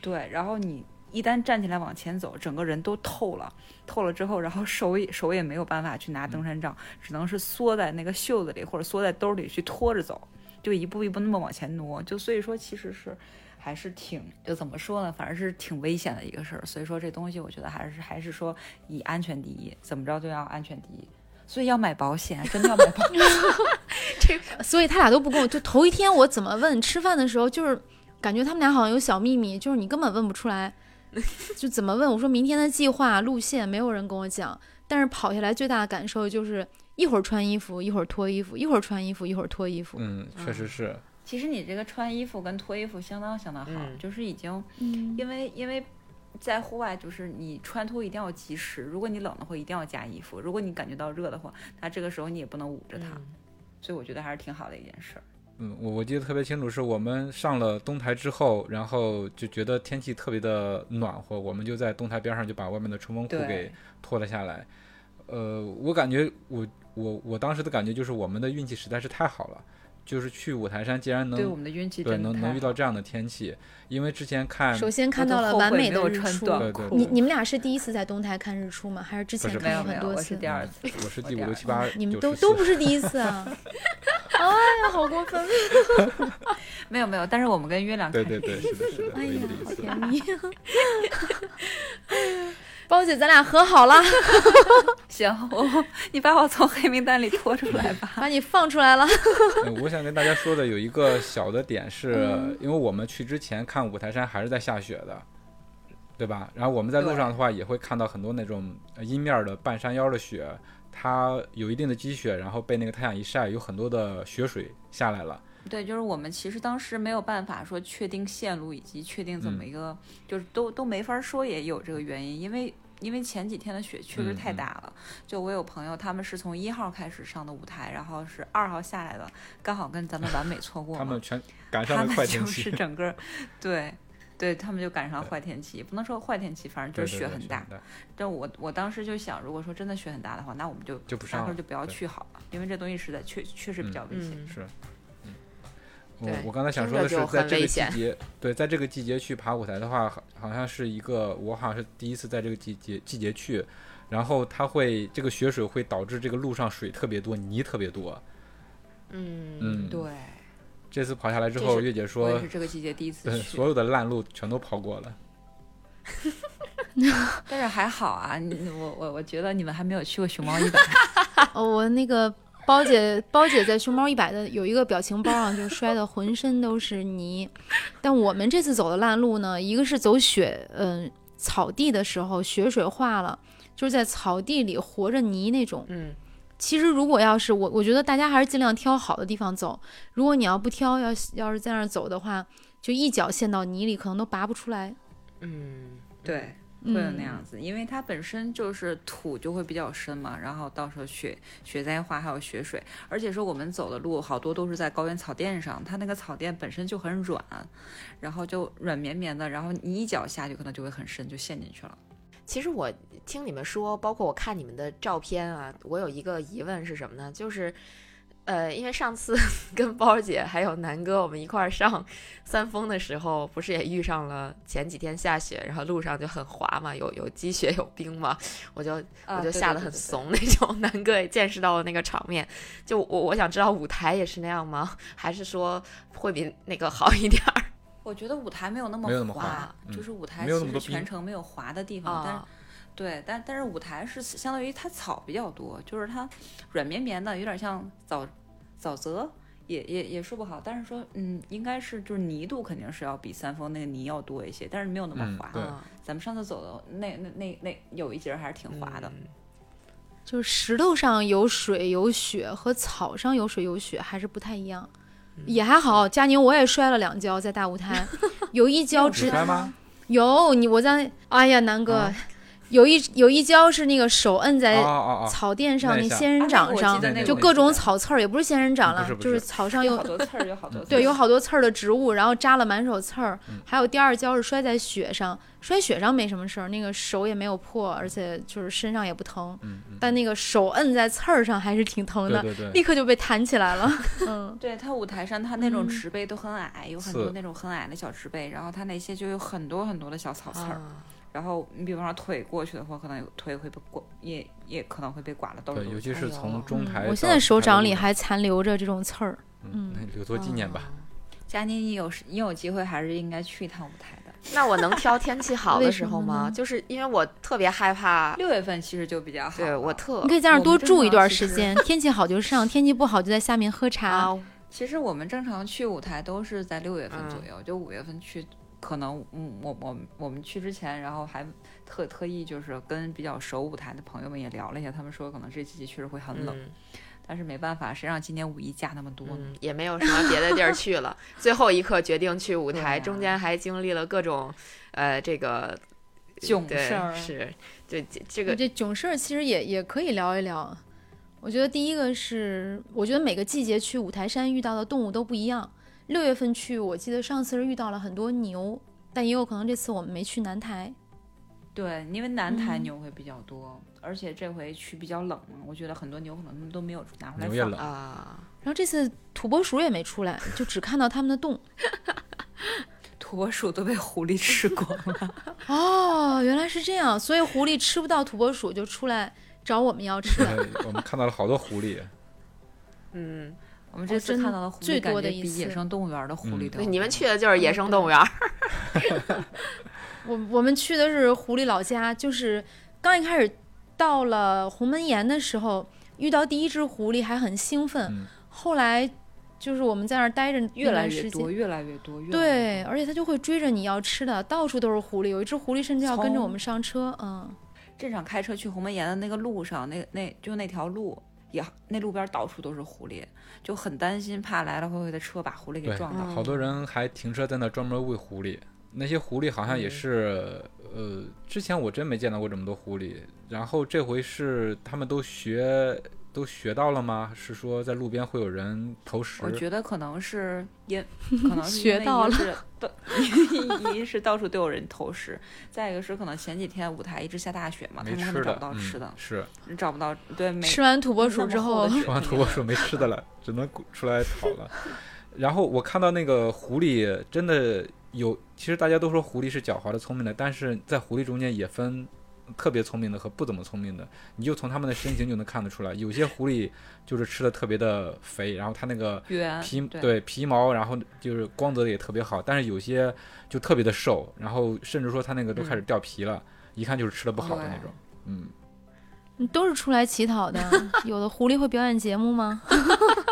[SPEAKER 5] 对，然后你。一旦站起来往前走，整个人都透了，透了之后，然后手也手也没有办法去拿登山杖，只能是缩在那个袖子里或者缩在兜里去拖着走。就一步一步那么往前挪，就所以说其实是还是挺就怎么说呢，反正是挺危险的一个事儿。所以说这东西，我觉得还是还是说以安全第一，怎么着都要安全第一。所以要买保险，啊真的要买保 险。
[SPEAKER 1] 所以他俩都不跟我，就头一天我怎么问吃饭的时候，就是感觉他们俩好像有小秘密，就是你根本问不出 来，就怎么问？我说明天的计划路线没有人跟我讲，但是跑下来最大的感受就是一会儿穿衣服，一会儿脱衣服，一会儿穿衣服，一会儿脱衣服。
[SPEAKER 3] 嗯，确实是，
[SPEAKER 5] 其实你这个穿衣服跟脱衣服相当相当好，
[SPEAKER 2] 嗯
[SPEAKER 5] 就是已经
[SPEAKER 1] 嗯，
[SPEAKER 5] 因为因为在户外，就是你穿脱一定要及时。如果你冷的话，一定要加衣服；如果你感觉到热的话，那这个时候你也不能捂着它。
[SPEAKER 1] 嗯
[SPEAKER 5] 所以我觉得还是挺好的一件事儿。
[SPEAKER 3] 嗯，我我记得特别清楚，是我们上了东台之后，然后就觉得天气特别的暖和，我们就在东台边上就把外面的冲锋裤给
[SPEAKER 5] 对，
[SPEAKER 3] 脱了下来。呃，我感觉我我我当时的感觉就是我们的运气实在是太好了，就是去五台山竟然能
[SPEAKER 5] 对我们的运气
[SPEAKER 3] 对
[SPEAKER 5] 真的
[SPEAKER 3] 能
[SPEAKER 5] 太
[SPEAKER 3] 能遇
[SPEAKER 5] 好
[SPEAKER 3] 到这样的天气，因为之前看
[SPEAKER 1] 首先看
[SPEAKER 5] 我都
[SPEAKER 1] 到了
[SPEAKER 5] 后
[SPEAKER 1] 完
[SPEAKER 5] 悔
[SPEAKER 1] 美
[SPEAKER 5] 没
[SPEAKER 1] 的
[SPEAKER 5] 有
[SPEAKER 1] 日
[SPEAKER 5] 穿
[SPEAKER 1] 出。
[SPEAKER 5] 短
[SPEAKER 3] 对对
[SPEAKER 5] 裤
[SPEAKER 1] 你你们俩是第一次在东台看日出吗？还是之前
[SPEAKER 3] 不是
[SPEAKER 5] 没
[SPEAKER 1] 看
[SPEAKER 5] 有
[SPEAKER 1] 过
[SPEAKER 5] 没
[SPEAKER 1] 很
[SPEAKER 5] 有，
[SPEAKER 1] 多次嗯
[SPEAKER 5] 我是？第二次，
[SPEAKER 3] 嗯我是
[SPEAKER 5] 我
[SPEAKER 3] 第
[SPEAKER 5] 第
[SPEAKER 3] 五
[SPEAKER 5] 二
[SPEAKER 3] 六
[SPEAKER 5] 次
[SPEAKER 3] 七八，
[SPEAKER 1] 你们
[SPEAKER 3] 九
[SPEAKER 1] 都
[SPEAKER 3] 十
[SPEAKER 1] 都
[SPEAKER 3] 次
[SPEAKER 1] 不是第一次啊！ 哎呀，好过分！
[SPEAKER 5] 没有没有，但是我们跟月亮
[SPEAKER 3] 对
[SPEAKER 5] 看
[SPEAKER 3] 对
[SPEAKER 5] 是
[SPEAKER 3] 对，
[SPEAKER 5] 第一
[SPEAKER 3] 是的，
[SPEAKER 5] 次
[SPEAKER 3] 是
[SPEAKER 1] 哎
[SPEAKER 3] 的，唯一
[SPEAKER 1] 呀
[SPEAKER 3] 的，
[SPEAKER 1] 好
[SPEAKER 3] 一
[SPEAKER 1] 甜
[SPEAKER 3] 次。
[SPEAKER 1] 蜜！ 包姐，咱俩和好了，
[SPEAKER 5] 行，我 你把我从黑名单里拖出来吧。
[SPEAKER 1] 把你放出来了。
[SPEAKER 3] 呃我想跟大家说的有一个小的点是，
[SPEAKER 5] 嗯
[SPEAKER 3] 因为我们去之前看五台山还是在下雪的，对吧？然后我们在路
[SPEAKER 5] 对
[SPEAKER 3] 上的话也会看到很多那种呃阴面儿的半山腰的雪，它有一定的积雪，然后被那个太阳一晒，有很多的雪水下来了。
[SPEAKER 5] 对，就是我们其实当时没有办法说确定线路以及确定怎么
[SPEAKER 3] 嗯
[SPEAKER 5] 一个，就是都都没法说，也有这个原因，因为因为前几天的雪确实
[SPEAKER 3] 嗯
[SPEAKER 5] 太
[SPEAKER 3] 嗯
[SPEAKER 5] 大了。就我有朋友，他们是从一号开始上的舞台，然后是二号下来的，刚好跟咱们完美错过嘛。
[SPEAKER 3] 他们全赶
[SPEAKER 5] 他
[SPEAKER 3] 上了
[SPEAKER 5] 们
[SPEAKER 3] 快
[SPEAKER 5] 就
[SPEAKER 3] 天
[SPEAKER 5] 是
[SPEAKER 3] 气，
[SPEAKER 5] 整个，对。对他们就赶上坏天气，不能说坏天气，反正
[SPEAKER 3] 对
[SPEAKER 5] 就是
[SPEAKER 3] 对
[SPEAKER 5] 雪
[SPEAKER 3] 对
[SPEAKER 5] 很大。但我我当时就想，如果说真的雪很大的话，那我们就
[SPEAKER 3] 就不
[SPEAKER 5] 压
[SPEAKER 3] 上
[SPEAKER 5] 根儿
[SPEAKER 3] 了
[SPEAKER 5] 就。不要
[SPEAKER 3] 对
[SPEAKER 5] 去好了，因为这东西实在确确实比
[SPEAKER 3] 嗯
[SPEAKER 5] 较危险。
[SPEAKER 2] 嗯，
[SPEAKER 3] 是，嗯，我
[SPEAKER 2] 对
[SPEAKER 3] 我刚才想
[SPEAKER 2] 听
[SPEAKER 3] 说
[SPEAKER 2] 着
[SPEAKER 3] 的是
[SPEAKER 2] 就，
[SPEAKER 3] 在
[SPEAKER 2] 很
[SPEAKER 3] 这
[SPEAKER 2] 危
[SPEAKER 3] 个季
[SPEAKER 2] 险
[SPEAKER 3] 节，对，在这个季节去爬五台的话，好好像是一个我好像是第一次在这个季节季节去，然后它会这个雪水会导致这个路上水特别多，泥特别多。
[SPEAKER 2] 嗯
[SPEAKER 3] 嗯，
[SPEAKER 5] 对，
[SPEAKER 3] 这次跑下来之
[SPEAKER 2] 这
[SPEAKER 3] 后，
[SPEAKER 2] 是
[SPEAKER 3] 月姐
[SPEAKER 5] 我
[SPEAKER 3] 说
[SPEAKER 5] 也是，这个季节第一次
[SPEAKER 3] 对，
[SPEAKER 5] 去。
[SPEAKER 3] 所有的烂路全都跑过了。
[SPEAKER 5] 但是还好啊，你我我我觉得你们还没有去过熊猫 一百，
[SPEAKER 1] 哦， 我那个包姐，包姐在熊猫一百的有一个表情包啊，就摔得浑身都是泥。但我们这次走的烂路呢，一个是走雪，嗯、草地的时候雪水化了，就是在草地里和着泥那种。
[SPEAKER 2] 嗯，
[SPEAKER 1] 其实如果要是我，我觉得大家还是尽量挑好的地方走。如果你要不挑，要要是在那儿走的话，就一脚陷到泥里，可能都拔不出来。
[SPEAKER 2] 嗯，
[SPEAKER 5] 对，会
[SPEAKER 1] 嗯，
[SPEAKER 5] 有那样子，因为它本身就是土就会比较深嘛，然后到时候雪雪灾化还有雪水，而且说我们走的路好多都是在高原草甸上，它那个草甸本身就很软，然后就软绵绵的，然后你一脚下去可能就会很深，就陷进去了。
[SPEAKER 2] 其实我听你们说，包括我看你们的照片啊，我有一个疑问是什么呢？就是，呃，因为上次 跟包儿姐还有南哥我们一块儿上三峰的时候，不是也遇上了前几天下雪，然后路上就很滑嘛，有有积雪有冰嘛，我就
[SPEAKER 5] 啊
[SPEAKER 2] 我就吓得很怂那种。 南哥也见识到了那个场面，就我我想知道舞台也是那样吗？还是说会比那个好一点儿
[SPEAKER 5] 我觉得舞台没有那么
[SPEAKER 3] 没有那么
[SPEAKER 5] 滑
[SPEAKER 3] 滑，嗯
[SPEAKER 5] 就是舞台
[SPEAKER 3] 没有那
[SPEAKER 5] 其
[SPEAKER 3] 么
[SPEAKER 5] 实
[SPEAKER 3] 多
[SPEAKER 5] 全
[SPEAKER 3] 冰
[SPEAKER 5] 程没有滑的地方，嗯但是
[SPEAKER 2] 啊？
[SPEAKER 5] 对，但但是舞台是相当于它草比较多，就是它软绵绵的，有点像沼沼泽，也也也说不好。但是说，嗯，应该是就是泥度肯定是要比三峰那个泥要多一些，但是没有那么
[SPEAKER 3] 嗯
[SPEAKER 5] 滑。
[SPEAKER 3] 对
[SPEAKER 2] 啊
[SPEAKER 5] 咱们上次走的那那那那有一节儿还是挺滑的。
[SPEAKER 2] 嗯
[SPEAKER 1] 就是石头上有水有雪和草上有水有雪还是不太一样，
[SPEAKER 5] 嗯
[SPEAKER 1] 也还好。佳宁，我也摔了两跤在大舞 台，有一跤
[SPEAKER 3] 你
[SPEAKER 1] 直
[SPEAKER 3] 摔吗？
[SPEAKER 1] 有你我在，哎呀，南哥，
[SPEAKER 3] 啊
[SPEAKER 1] 有一有一跤是那个手摁
[SPEAKER 3] 哦
[SPEAKER 1] 在
[SPEAKER 3] 哦哦，
[SPEAKER 1] 草垫上、
[SPEAKER 3] 那一下
[SPEAKER 1] 仙人掌
[SPEAKER 5] 啊那个我
[SPEAKER 1] 上
[SPEAKER 5] 记得
[SPEAKER 3] 那，个
[SPEAKER 1] 就
[SPEAKER 3] 我
[SPEAKER 1] 各
[SPEAKER 5] 记
[SPEAKER 1] 种
[SPEAKER 5] 得嗯
[SPEAKER 1] 草刺儿，也不是仙人掌了，
[SPEAKER 3] 不是不
[SPEAKER 1] 就是是草上
[SPEAKER 5] 有
[SPEAKER 1] 有嗯
[SPEAKER 5] 好多刺儿，有好多刺儿。
[SPEAKER 1] 对，有好多刺儿的植物，然后扎了满手刺儿
[SPEAKER 3] 嗯。
[SPEAKER 1] 还有第二跤是摔在雪上，摔雪上没什么事儿，那个手也没有破，而且就是身上也不疼，
[SPEAKER 3] 嗯嗯，
[SPEAKER 1] 但那个手摁在刺儿上还是挺疼
[SPEAKER 3] 对
[SPEAKER 1] 的，
[SPEAKER 3] 对对，
[SPEAKER 1] 立刻就被弹起来了。嗯，
[SPEAKER 5] 对它舞台上，它那种
[SPEAKER 1] 嗯
[SPEAKER 5] 植被都很矮，有很
[SPEAKER 3] 刺
[SPEAKER 5] 多那种很矮的小植被，然后它那些就有很多很多的小草刺儿。
[SPEAKER 2] 啊
[SPEAKER 5] 然后你比方说腿过去的话，可能有腿会被刮，也也可能会被刮的都是
[SPEAKER 3] 对，尤其是
[SPEAKER 2] 哎
[SPEAKER 3] 从
[SPEAKER 2] 呦
[SPEAKER 3] 中台到
[SPEAKER 1] 嗯我
[SPEAKER 3] 中
[SPEAKER 1] 现
[SPEAKER 3] 台
[SPEAKER 1] 在
[SPEAKER 3] 的
[SPEAKER 1] 手掌
[SPEAKER 3] 路
[SPEAKER 1] 里
[SPEAKER 3] 上，
[SPEAKER 1] 还残留着这种刺儿。
[SPEAKER 3] 嗯，那留作纪念吧。
[SPEAKER 2] 哦
[SPEAKER 5] 佳妮，你有时你有机会还是应该去一趟舞台的。
[SPEAKER 2] 那我能挑天气好的
[SPEAKER 1] 为
[SPEAKER 2] 时
[SPEAKER 1] 什
[SPEAKER 2] 候
[SPEAKER 1] 么
[SPEAKER 2] 吗？
[SPEAKER 1] 呢
[SPEAKER 2] 就是因为我特别害怕，
[SPEAKER 5] 六月份其实就比较好了。
[SPEAKER 2] 对我特
[SPEAKER 1] 你可以在那儿
[SPEAKER 5] 我
[SPEAKER 1] 多
[SPEAKER 5] 们
[SPEAKER 1] 住
[SPEAKER 5] 正
[SPEAKER 1] 一段
[SPEAKER 5] 常其
[SPEAKER 1] 时
[SPEAKER 5] 实
[SPEAKER 1] 间，天气好就上，天气不好就在下面喝茶。
[SPEAKER 2] 啊，
[SPEAKER 5] 其实我们正常去舞台都是在六月份左
[SPEAKER 2] 嗯
[SPEAKER 5] 右，就五月份去，可能嗯，我我我们去之前，然后还特特意就是跟比较熟舞台的朋友们也聊了一下，他们说可能这季节确实会很冷，
[SPEAKER 2] 嗯
[SPEAKER 5] 但是没办法，谁让今年五一假那么多呢？
[SPEAKER 2] 嗯，也没有什么别的地儿去了，最后一刻决定去舞台，
[SPEAKER 5] 对啊
[SPEAKER 2] 中间还经历了各种，呃，这个
[SPEAKER 5] 囧事儿啊
[SPEAKER 2] 对是，对这这
[SPEAKER 1] 我
[SPEAKER 2] 个
[SPEAKER 1] 这囧事儿其实也也可以聊一聊。我觉得第一个是，我觉得每个季节去五台山遇到的动物都不一样。六月份去，我记得上次是遇到了很多牛，但也有可能这次我们没去南台。
[SPEAKER 5] 对，因为南台
[SPEAKER 1] 嗯
[SPEAKER 5] 牛会比较多，而且这回去比较冷嘛，我觉得很多牛可能他们都没有拿出哦来
[SPEAKER 3] 牛也
[SPEAKER 5] 放。
[SPEAKER 3] 冷
[SPEAKER 2] 啊，
[SPEAKER 1] 然后这次土拨鼠也没出来，就只看到它们的洞。
[SPEAKER 5] 土拨鼠都被狐狸吃光了。
[SPEAKER 1] 哦，原来是这样，所以狐狸吃不到土拨鼠就出来找我们要吃了。
[SPEAKER 3] 对我们看到了好多狐狸，
[SPEAKER 2] 嗯，
[SPEAKER 5] 我们这次
[SPEAKER 1] 真
[SPEAKER 5] 看到的狐
[SPEAKER 1] 最
[SPEAKER 5] 狸感
[SPEAKER 1] 多
[SPEAKER 5] 觉
[SPEAKER 1] 的一
[SPEAKER 5] 比野
[SPEAKER 1] 次
[SPEAKER 5] 生动物园的狐
[SPEAKER 3] 嗯
[SPEAKER 5] 狸都
[SPEAKER 2] 对，
[SPEAKER 5] 要
[SPEAKER 2] 你们
[SPEAKER 5] 多
[SPEAKER 2] 去的就是野生动物园儿，
[SPEAKER 1] 我我们去的是狐狸老家，就是刚一开始到了鸿门岩的时候，遇到第一只狐狸还很兴奋，
[SPEAKER 3] 嗯
[SPEAKER 1] 后来就是我们在那儿待着
[SPEAKER 5] 越
[SPEAKER 1] 那
[SPEAKER 5] 来
[SPEAKER 1] 段
[SPEAKER 5] 越
[SPEAKER 1] 时间
[SPEAKER 5] 多，。越来越多，越来
[SPEAKER 1] 对，
[SPEAKER 5] 越多。
[SPEAKER 1] 而且它就会追着你要吃的，到处都是狐狸。有一只狐狸甚至要跟着
[SPEAKER 5] 从
[SPEAKER 1] 我们上车，嗯，
[SPEAKER 5] 镇上开车去鸿门岩的那个路上，那那就那条路也那路边到处都是狐狸，就很担心，怕来来回回的车把狐狸给
[SPEAKER 3] 对，
[SPEAKER 5] 撞到。
[SPEAKER 3] 好多人还停车在那专门喂狐狸。那些狐狸好
[SPEAKER 5] 嗯
[SPEAKER 3] 像也是，呃，之前我真没见到过这么多狐狸。然后这回是他们都学都学到了吗？是说在路边会有人投食
[SPEAKER 5] 我？觉得可能是因，可能是因
[SPEAKER 1] 学
[SPEAKER 5] 为
[SPEAKER 1] 到
[SPEAKER 5] 一是到一是到处都有人投食，再一个是可能前几天舞台一直下大雪嘛，他
[SPEAKER 3] 没
[SPEAKER 5] 们可
[SPEAKER 3] 吃
[SPEAKER 5] 能找
[SPEAKER 3] 的
[SPEAKER 5] 不，到吃的
[SPEAKER 3] 嗯、，是
[SPEAKER 5] 找不到对没
[SPEAKER 1] 吃完土拨鼠
[SPEAKER 5] 那么
[SPEAKER 1] 之
[SPEAKER 5] 厚
[SPEAKER 1] 后
[SPEAKER 5] 的，雪
[SPEAKER 3] 吃完
[SPEAKER 5] 肯
[SPEAKER 3] 土
[SPEAKER 5] 定
[SPEAKER 3] 拨鼠没吃的了，只能滚出来跑了。然后我看到那个狐狸真的有，其实大家都说狐狸是狡猾的、聪明的，但是在狐狸中间也分特别聪明的和不怎么聪明的，你就从它们的身形就能看得出来，有些狐狸就是吃的特别的肥，然后它那个
[SPEAKER 5] 圆
[SPEAKER 3] 皮
[SPEAKER 5] 嗯对
[SPEAKER 3] 皮毛，然后就是光泽的也特别好，但是有些就特别的瘦，然后甚至说它那个都开始掉皮了，一看就是吃的不好的那
[SPEAKER 5] 嗯对
[SPEAKER 3] 种。嗯，
[SPEAKER 1] 嗯都是出来乞讨 的。有的狐狸会表演节目吗？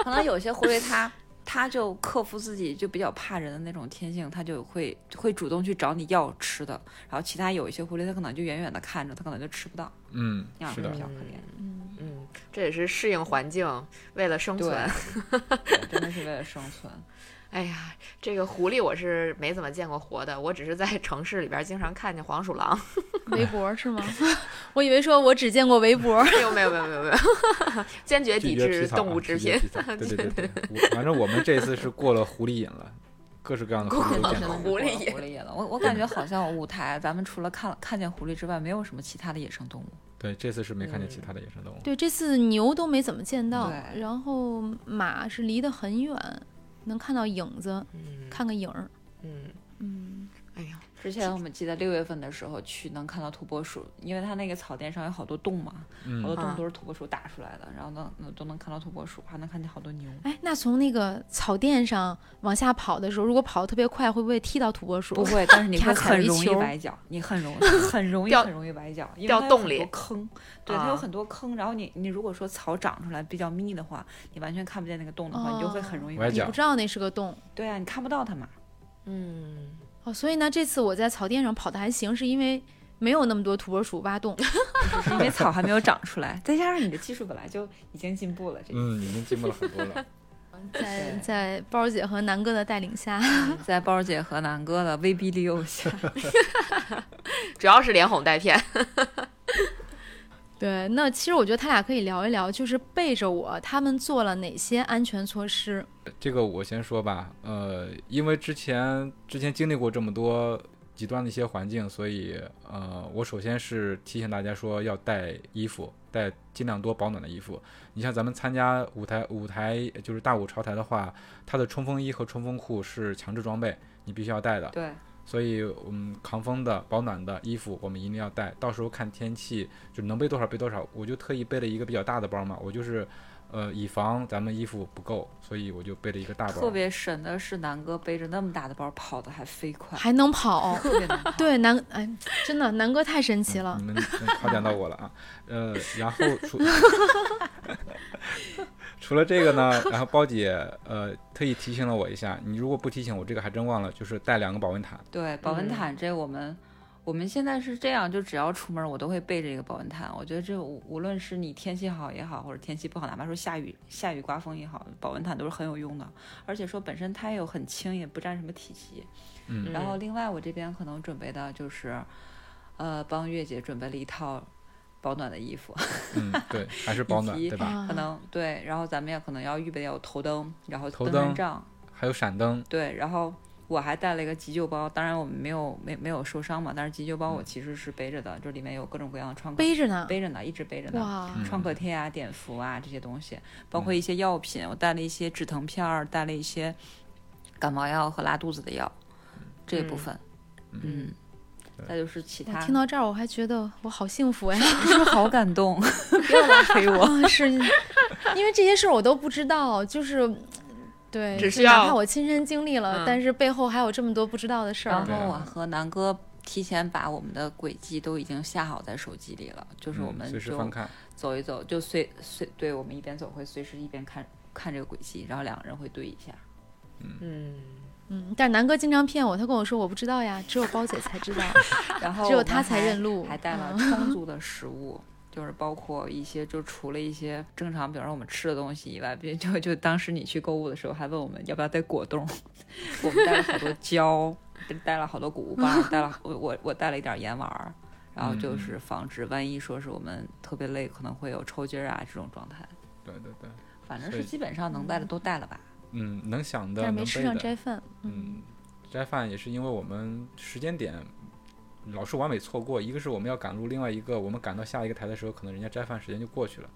[SPEAKER 5] 可能有些狐狸 它它就克服自己就比较怕人的那种天性，它就会会主动去找你要吃的。然后其他有一些狐狸，它可能就远远的看着，它可能就吃不到，
[SPEAKER 3] 嗯
[SPEAKER 5] 那，样
[SPEAKER 3] 是
[SPEAKER 5] 就
[SPEAKER 3] 的
[SPEAKER 5] 比，较可怜。
[SPEAKER 1] 嗯，
[SPEAKER 2] 嗯，这也是适应环境，为了生存。
[SPEAKER 5] 对，对真的是为了生存。
[SPEAKER 2] 哎呀，这个狐狸我是没怎么见过活的，我只是在城市里边儿经常看见黄鼠狼。
[SPEAKER 1] 围脖是吗？我以为说我只见过围脖。
[SPEAKER 2] 没有没有没有没有没 有，坚决抵
[SPEAKER 3] 拒绝
[SPEAKER 2] 制
[SPEAKER 3] 皮草
[SPEAKER 2] 动
[SPEAKER 3] 啊
[SPEAKER 2] 物制
[SPEAKER 3] 拒绝
[SPEAKER 2] 品。
[SPEAKER 3] 皮 草对对对对，我反正我们这次是过了狐狸瘾了，各式各样的狐狸
[SPEAKER 5] 真
[SPEAKER 3] 都
[SPEAKER 5] 的
[SPEAKER 3] 见
[SPEAKER 5] 是
[SPEAKER 3] 过。
[SPEAKER 2] 狐狸
[SPEAKER 5] 过了狐狸也了。我我感觉好像舞台，咱们除了看看见狐狸之外，没有什么其他的野生动物。
[SPEAKER 3] 对，这次是没看见其他的野生动物。
[SPEAKER 1] 对，这次牛都没怎么见到，
[SPEAKER 5] 对
[SPEAKER 1] 然后马是离得很远，能看到影子，
[SPEAKER 2] 嗯
[SPEAKER 1] 看个影儿。
[SPEAKER 2] 嗯，
[SPEAKER 1] 嗯，
[SPEAKER 2] 哎呀，
[SPEAKER 5] 之前我们记得六月份的时候去能看到土拨鼠，因为它那个草甸上有好多洞嘛，好多
[SPEAKER 3] 嗯，
[SPEAKER 5] 洞
[SPEAKER 2] 啊
[SPEAKER 5] 都是土拨鼠打出来的，然后能能都能看到土拨鼠，还能看见好多牛。
[SPEAKER 1] 哎，那从那个草甸上往下跑的时候，如果跑得特别快，会不会踢到土拨鼠？
[SPEAKER 5] 不会， 但是你
[SPEAKER 1] 啪
[SPEAKER 5] 会
[SPEAKER 1] 踩
[SPEAKER 5] 很
[SPEAKER 1] 了一
[SPEAKER 5] 容易
[SPEAKER 1] 球
[SPEAKER 5] 崴脚，你很容易很容易
[SPEAKER 2] 掉
[SPEAKER 5] 很容易崴脚，因为
[SPEAKER 2] 掉
[SPEAKER 5] 它有
[SPEAKER 2] 洞
[SPEAKER 5] 很
[SPEAKER 2] 里
[SPEAKER 5] 多坑，对，它
[SPEAKER 2] 啊
[SPEAKER 5] 有很多坑，然后你你如果说草长出来比较密的话，你完全看不见那个洞的话，你就
[SPEAKER 2] 哦
[SPEAKER 5] 会很容易
[SPEAKER 3] 崴
[SPEAKER 5] 崴
[SPEAKER 1] 你
[SPEAKER 3] 脚
[SPEAKER 1] 不知道那是个洞
[SPEAKER 5] 对啊，你看不到它嘛。
[SPEAKER 2] 嗯，
[SPEAKER 1] 哦。所以呢，这次我在草甸上跑的还行，是因为没有那么多土拨鼠挖 洞。
[SPEAKER 5] 只是因为草还没有长出来，再加上你的技术本来就已经进步了，这
[SPEAKER 3] 嗯，已经进步了很多 了。
[SPEAKER 1] 在
[SPEAKER 5] 对
[SPEAKER 1] 在包儿姐和南哥的带领下，
[SPEAKER 5] 在包儿姐和南哥的威逼利诱下，
[SPEAKER 2] 主要是连哄带骗。
[SPEAKER 1] 对，那其实我觉得他俩可以聊一聊，就是背着我，他们做了哪些安全措施？
[SPEAKER 3] 这个我先说吧，呃，因为之前之前经历过这么多极端的一些环境，所以呃，我首先是提醒大家说要带衣服，带尽量多保暖的衣服。你像咱们参加舞台舞台就是大舞潮台的话，它的冲锋衣和冲锋裤是强制装备，你必须要带的。
[SPEAKER 5] 对，
[SPEAKER 3] 所以，嗯，抗风的、保暖的衣服我们一定要带。到时候看天气，就能背多少背多少。我就特意背了一个比较大的包嘛，我就是呃，以防咱们衣服不够，所以我就背了一个大包
[SPEAKER 5] 特。别神的是，南哥背着那么大的包跑的还飞快，
[SPEAKER 1] 还能跑
[SPEAKER 5] 。特别难跑。
[SPEAKER 1] 对南哎，真的南哥太神奇了
[SPEAKER 3] 你。们嗯夸奖到我了啊，呃，然后除 除了这个呢，然后包姐呃特意提醒了我一下，你如果不提醒我，这个还真忘了，就是带两个保温毯。
[SPEAKER 5] 对，保温
[SPEAKER 2] 嗯
[SPEAKER 5] 毯这我们、我们现在是这样，就只要出门我都会备着一个保温毯。我觉得这无无论是你天气好也好，或者天气不好，哪怕说下雨下雨刮风也好，保温毯都是很有用的。而且说本身它也有很轻，也不占什么体积。
[SPEAKER 3] 嗯
[SPEAKER 5] 然后另外我这边可能准备的就是，呃，帮月姐准备了一套保暖的衣服。
[SPEAKER 3] 嗯，对，还是保暖
[SPEAKER 5] 以及
[SPEAKER 3] 对吧？
[SPEAKER 1] 啊
[SPEAKER 5] 可能对，然后咱们也可能要预备有头灯，然后
[SPEAKER 3] 头
[SPEAKER 5] 登山
[SPEAKER 3] 灯
[SPEAKER 5] 杖，
[SPEAKER 3] 还有闪灯，
[SPEAKER 5] 对，然后我还带了一个急救包，当然我们没有没没有受伤嘛，但是急救包
[SPEAKER 3] 嗯
[SPEAKER 5] 我其实是背着的，就里面有各种各样的创可
[SPEAKER 1] 背着呢。
[SPEAKER 5] 背着呢，一直背着呢，
[SPEAKER 1] 哇，
[SPEAKER 3] 嗯
[SPEAKER 5] 创可贴啊、碘伏啊这些东西，包括
[SPEAKER 3] 嗯
[SPEAKER 5] 一些药品，我带了一些止疼片儿，带了一些感冒药和拉肚子的药，这一部
[SPEAKER 2] 嗯
[SPEAKER 5] 分，
[SPEAKER 3] 嗯
[SPEAKER 5] 嗯，
[SPEAKER 3] 对
[SPEAKER 5] 再就是其
[SPEAKER 1] 我
[SPEAKER 5] 他，
[SPEAKER 1] 听到这儿我还觉得我好幸福呀！
[SPEAKER 5] 不是好 感动，不要拉黑我。
[SPEAKER 1] 啊， 是因为这些事儿我都不知道，就是。对，
[SPEAKER 2] 只
[SPEAKER 1] 就
[SPEAKER 2] 需
[SPEAKER 1] 哪
[SPEAKER 2] 要
[SPEAKER 1] 怕我亲身经历了，
[SPEAKER 2] 嗯
[SPEAKER 1] 但是背后还有这么多不知道的事儿
[SPEAKER 5] 然
[SPEAKER 3] 对
[SPEAKER 5] 后我
[SPEAKER 3] 啊
[SPEAKER 5] 和南哥提前把我们的轨迹都已经下好在手机里了，就是我
[SPEAKER 3] 嗯
[SPEAKER 5] 们
[SPEAKER 3] 随时
[SPEAKER 5] 就
[SPEAKER 3] 翻看。
[SPEAKER 5] 走一走，就随随对我们一边走会随时一边看看这个轨迹，然后两个人会对一 下。
[SPEAKER 2] 嗯，
[SPEAKER 1] 嗯，但是南哥经常骗我，他跟我说我不知道呀，只有包姐才知道，
[SPEAKER 5] 然后
[SPEAKER 1] 只有
[SPEAKER 5] 哦我们
[SPEAKER 1] 他才
[SPEAKER 5] 还
[SPEAKER 1] 认路
[SPEAKER 5] 还带
[SPEAKER 3] 嗯
[SPEAKER 5] 了充足的食物。就是包括一些，就除了一些正常，比如说我们吃的东西以外，比如就就当时你去购物的时候，还问我们要不要带果冻， 我们带了好多胶，带了好多谷物棒，带了我我我带了一点盐丸儿，然后就
[SPEAKER 3] 嗯
[SPEAKER 5] 是防止万一说是我们特别累，可能会有抽筋儿啊这种状态。
[SPEAKER 3] 对对对，
[SPEAKER 5] 反正
[SPEAKER 3] 所
[SPEAKER 5] 是
[SPEAKER 3] 以
[SPEAKER 5] 基本上能带的都带了吧。
[SPEAKER 3] 嗯，能想
[SPEAKER 1] 但
[SPEAKER 3] 的
[SPEAKER 1] 是
[SPEAKER 3] 能
[SPEAKER 1] 没
[SPEAKER 3] 背
[SPEAKER 1] 吃上
[SPEAKER 3] 的。
[SPEAKER 1] 斋饭。嗯，
[SPEAKER 3] 嗯，斋饭也是因为我们时间点老是完美错过，一个是我们要赶路，另外一个我们赶到下一个台的时候，可能人家斋饭时间就过去了。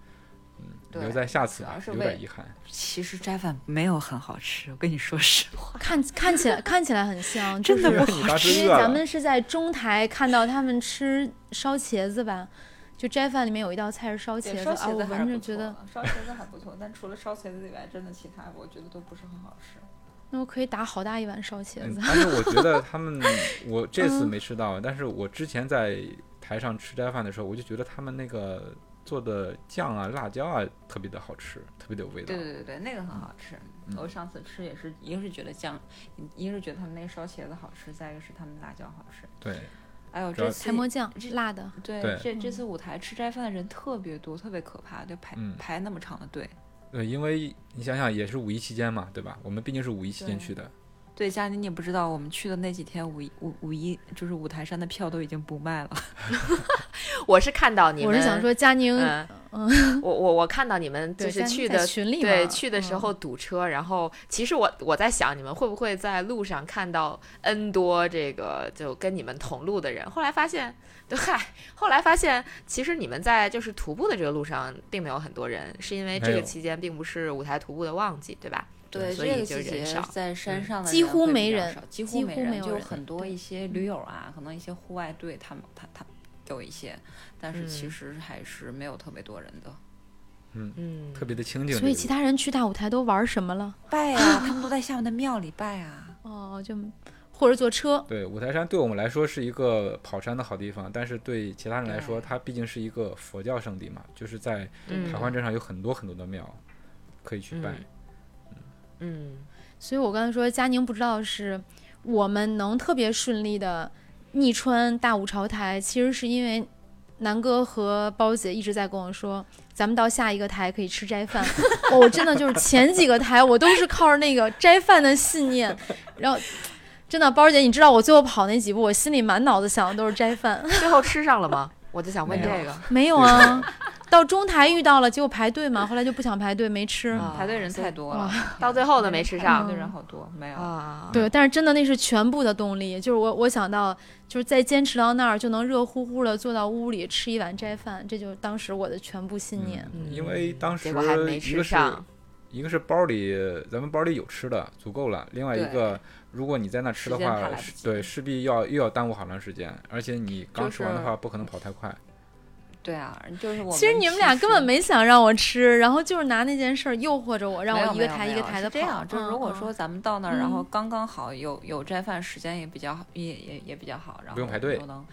[SPEAKER 3] 嗯，
[SPEAKER 5] 对
[SPEAKER 3] 留在下次
[SPEAKER 5] 主要
[SPEAKER 3] 吧，
[SPEAKER 5] 是
[SPEAKER 3] 有
[SPEAKER 5] 为
[SPEAKER 3] 点遗 憾。
[SPEAKER 5] 其实斋饭没有很好吃，我跟你说实话，
[SPEAKER 1] 看看起来看起来很香，就
[SPEAKER 5] 真
[SPEAKER 1] 是
[SPEAKER 3] 因
[SPEAKER 5] 的
[SPEAKER 3] 为你当时
[SPEAKER 1] 因为
[SPEAKER 5] 啊
[SPEAKER 3] 饿
[SPEAKER 1] 咱
[SPEAKER 3] 了，
[SPEAKER 1] 们是在中台看到他们吃烧茄子吧，就斋饭里面有一道菜是烧茄子啊，我闻着觉得，
[SPEAKER 5] 烧茄子还不错，但除了烧茄子以外，真的其他我觉得都不是很好吃。
[SPEAKER 1] 那我可以打好大一碗烧茄
[SPEAKER 3] 嗯
[SPEAKER 1] 子。
[SPEAKER 3] 但是我觉得他 们，我这次没吃到，但是我之前在台上吃斋饭的时候，我就觉得他们那个做的酱啊、辣椒啊特别的好吃，特别的有味道
[SPEAKER 5] 对。对对对，那个很好吃。
[SPEAKER 3] 嗯
[SPEAKER 5] 我上次吃也是，一个是觉得酱，一个是觉得他们那个烧茄子好吃，再一个是他们辣椒好吃。
[SPEAKER 3] 对，
[SPEAKER 5] 哎呦，
[SPEAKER 3] 主要
[SPEAKER 5] 这次
[SPEAKER 1] 台馍酱
[SPEAKER 5] 这
[SPEAKER 1] 辣的，
[SPEAKER 5] 对
[SPEAKER 3] 对
[SPEAKER 5] 这这次舞台吃斋饭的人特别多，特别可怕，就排、
[SPEAKER 3] 嗯
[SPEAKER 5] 排那么长的队。
[SPEAKER 3] 对，因为你想想也是五一期间嘛，对吧？我们毕竟是五一期间
[SPEAKER 5] 对
[SPEAKER 3] 去的，
[SPEAKER 5] 对，佳妮，你也不知道，我们去的那几天五一五五一就是五台山的票都已经不卖了。
[SPEAKER 2] 我是看到你
[SPEAKER 1] 我
[SPEAKER 2] 们，
[SPEAKER 1] 是想说佳宁，
[SPEAKER 2] 嗯，我我我看到你们就
[SPEAKER 1] 对，
[SPEAKER 2] 是
[SPEAKER 1] 佳宁
[SPEAKER 2] 去
[SPEAKER 1] 在
[SPEAKER 2] 的
[SPEAKER 1] 群里
[SPEAKER 2] 对，
[SPEAKER 1] 嘛
[SPEAKER 2] 去的时
[SPEAKER 1] 嗯
[SPEAKER 2] 候堵车，然后其实我我在想，你们会不会在路上看到 N 多这个就跟你们同路的人？后来发现， 对，嗨，后来发现其实你们在就是徒步的这个路上并没有很多人，是因为这
[SPEAKER 3] 没
[SPEAKER 2] 个
[SPEAKER 3] 有
[SPEAKER 2] 期间并不是舞台徒步的旺季，对吧？
[SPEAKER 5] 对，
[SPEAKER 2] 所
[SPEAKER 5] 这
[SPEAKER 2] 以
[SPEAKER 5] 个
[SPEAKER 2] 就
[SPEAKER 5] 季
[SPEAKER 2] 人
[SPEAKER 5] 节
[SPEAKER 2] 少
[SPEAKER 5] 在山上的
[SPEAKER 1] 几
[SPEAKER 5] 人
[SPEAKER 1] 乎
[SPEAKER 5] 会比
[SPEAKER 1] 没
[SPEAKER 5] 较
[SPEAKER 1] 人
[SPEAKER 5] 少
[SPEAKER 1] 几
[SPEAKER 5] 几乎没
[SPEAKER 1] 乎没有
[SPEAKER 5] 就有
[SPEAKER 1] 人
[SPEAKER 5] 很多
[SPEAKER 1] 对
[SPEAKER 5] 一些驴友啊，可能一些户外队，他们他他有一些，但是其
[SPEAKER 2] 嗯
[SPEAKER 5] 实还是没有特别多人的。
[SPEAKER 2] 嗯，
[SPEAKER 3] 特别的清静。
[SPEAKER 1] 所以其他人去大舞台都玩什么了？
[SPEAKER 5] 拜呀、他们都在厦门的庙里拜啊。
[SPEAKER 1] 哦，就或者坐车，
[SPEAKER 3] 对，五台山对我们来说是一个跑山的好地方，但是对其他人来说，
[SPEAKER 5] 对
[SPEAKER 3] 它毕竟是一个佛教圣地嘛，就是在
[SPEAKER 2] 嗯
[SPEAKER 3] 台湾镇上有很多很多的庙可以去拜。
[SPEAKER 2] 嗯，
[SPEAKER 1] 所以我刚才说佳宁不知道是我们能特别顺利的逆穿大五朝台，其实是因为南哥和包姐一直在跟我说，咱们到下一个台可以吃斋饭。哦我真的就是前几个台我都是靠着那个斋饭的信念，然后真的包姐，你知道我最后跑那几步，我心里满脑子想的都是斋饭。
[SPEAKER 2] 最后吃上了吗？我就想问
[SPEAKER 5] 没有
[SPEAKER 2] 这个，
[SPEAKER 1] 没有啊，到中台遇到了，结果排队嘛，后来就不想排队，没吃。
[SPEAKER 2] 啊
[SPEAKER 5] 排队人太多了，
[SPEAKER 2] 到最后呢没吃
[SPEAKER 5] 排
[SPEAKER 2] 上
[SPEAKER 5] 队人好多，没有。
[SPEAKER 2] 啊，
[SPEAKER 5] 哎
[SPEAKER 1] 对，但是真的那是全部的动力，就是我我想到，就是再坚持到那儿，就能热乎乎的坐到屋里吃一碗斋饭，这就是当时我的全部信念。
[SPEAKER 3] 嗯因为当时
[SPEAKER 2] 结果还没
[SPEAKER 3] 一
[SPEAKER 2] 吃
[SPEAKER 3] 个是
[SPEAKER 2] 上，
[SPEAKER 3] 一个是包里咱们包里有吃的足够了，另外一
[SPEAKER 5] 对
[SPEAKER 3] 个如果你在那吃的
[SPEAKER 5] 时间怕来
[SPEAKER 3] 话，
[SPEAKER 5] 不
[SPEAKER 3] 是
[SPEAKER 5] 及
[SPEAKER 3] 对势必要又要耽误好长时间，而且你刚
[SPEAKER 5] 就
[SPEAKER 3] 吃完的
[SPEAKER 5] 是
[SPEAKER 3] 话不可能跑太快。
[SPEAKER 5] 对啊，就是我
[SPEAKER 1] 其实你们俩根本没想让我吃，然后就是拿那件事儿诱惑着我，让
[SPEAKER 5] 没有
[SPEAKER 1] 我一个
[SPEAKER 5] 没有
[SPEAKER 1] 台一
[SPEAKER 5] 没
[SPEAKER 1] 个
[SPEAKER 5] 有
[SPEAKER 1] 台
[SPEAKER 5] 是
[SPEAKER 1] 的跑。
[SPEAKER 5] 这样，就是如果
[SPEAKER 1] 嗯
[SPEAKER 5] 说咱们到那儿，然后
[SPEAKER 1] 嗯
[SPEAKER 5] 刚刚好有有斋饭时间也比较好，也也也比较好，然后
[SPEAKER 3] 不用排队
[SPEAKER 5] 我们就能。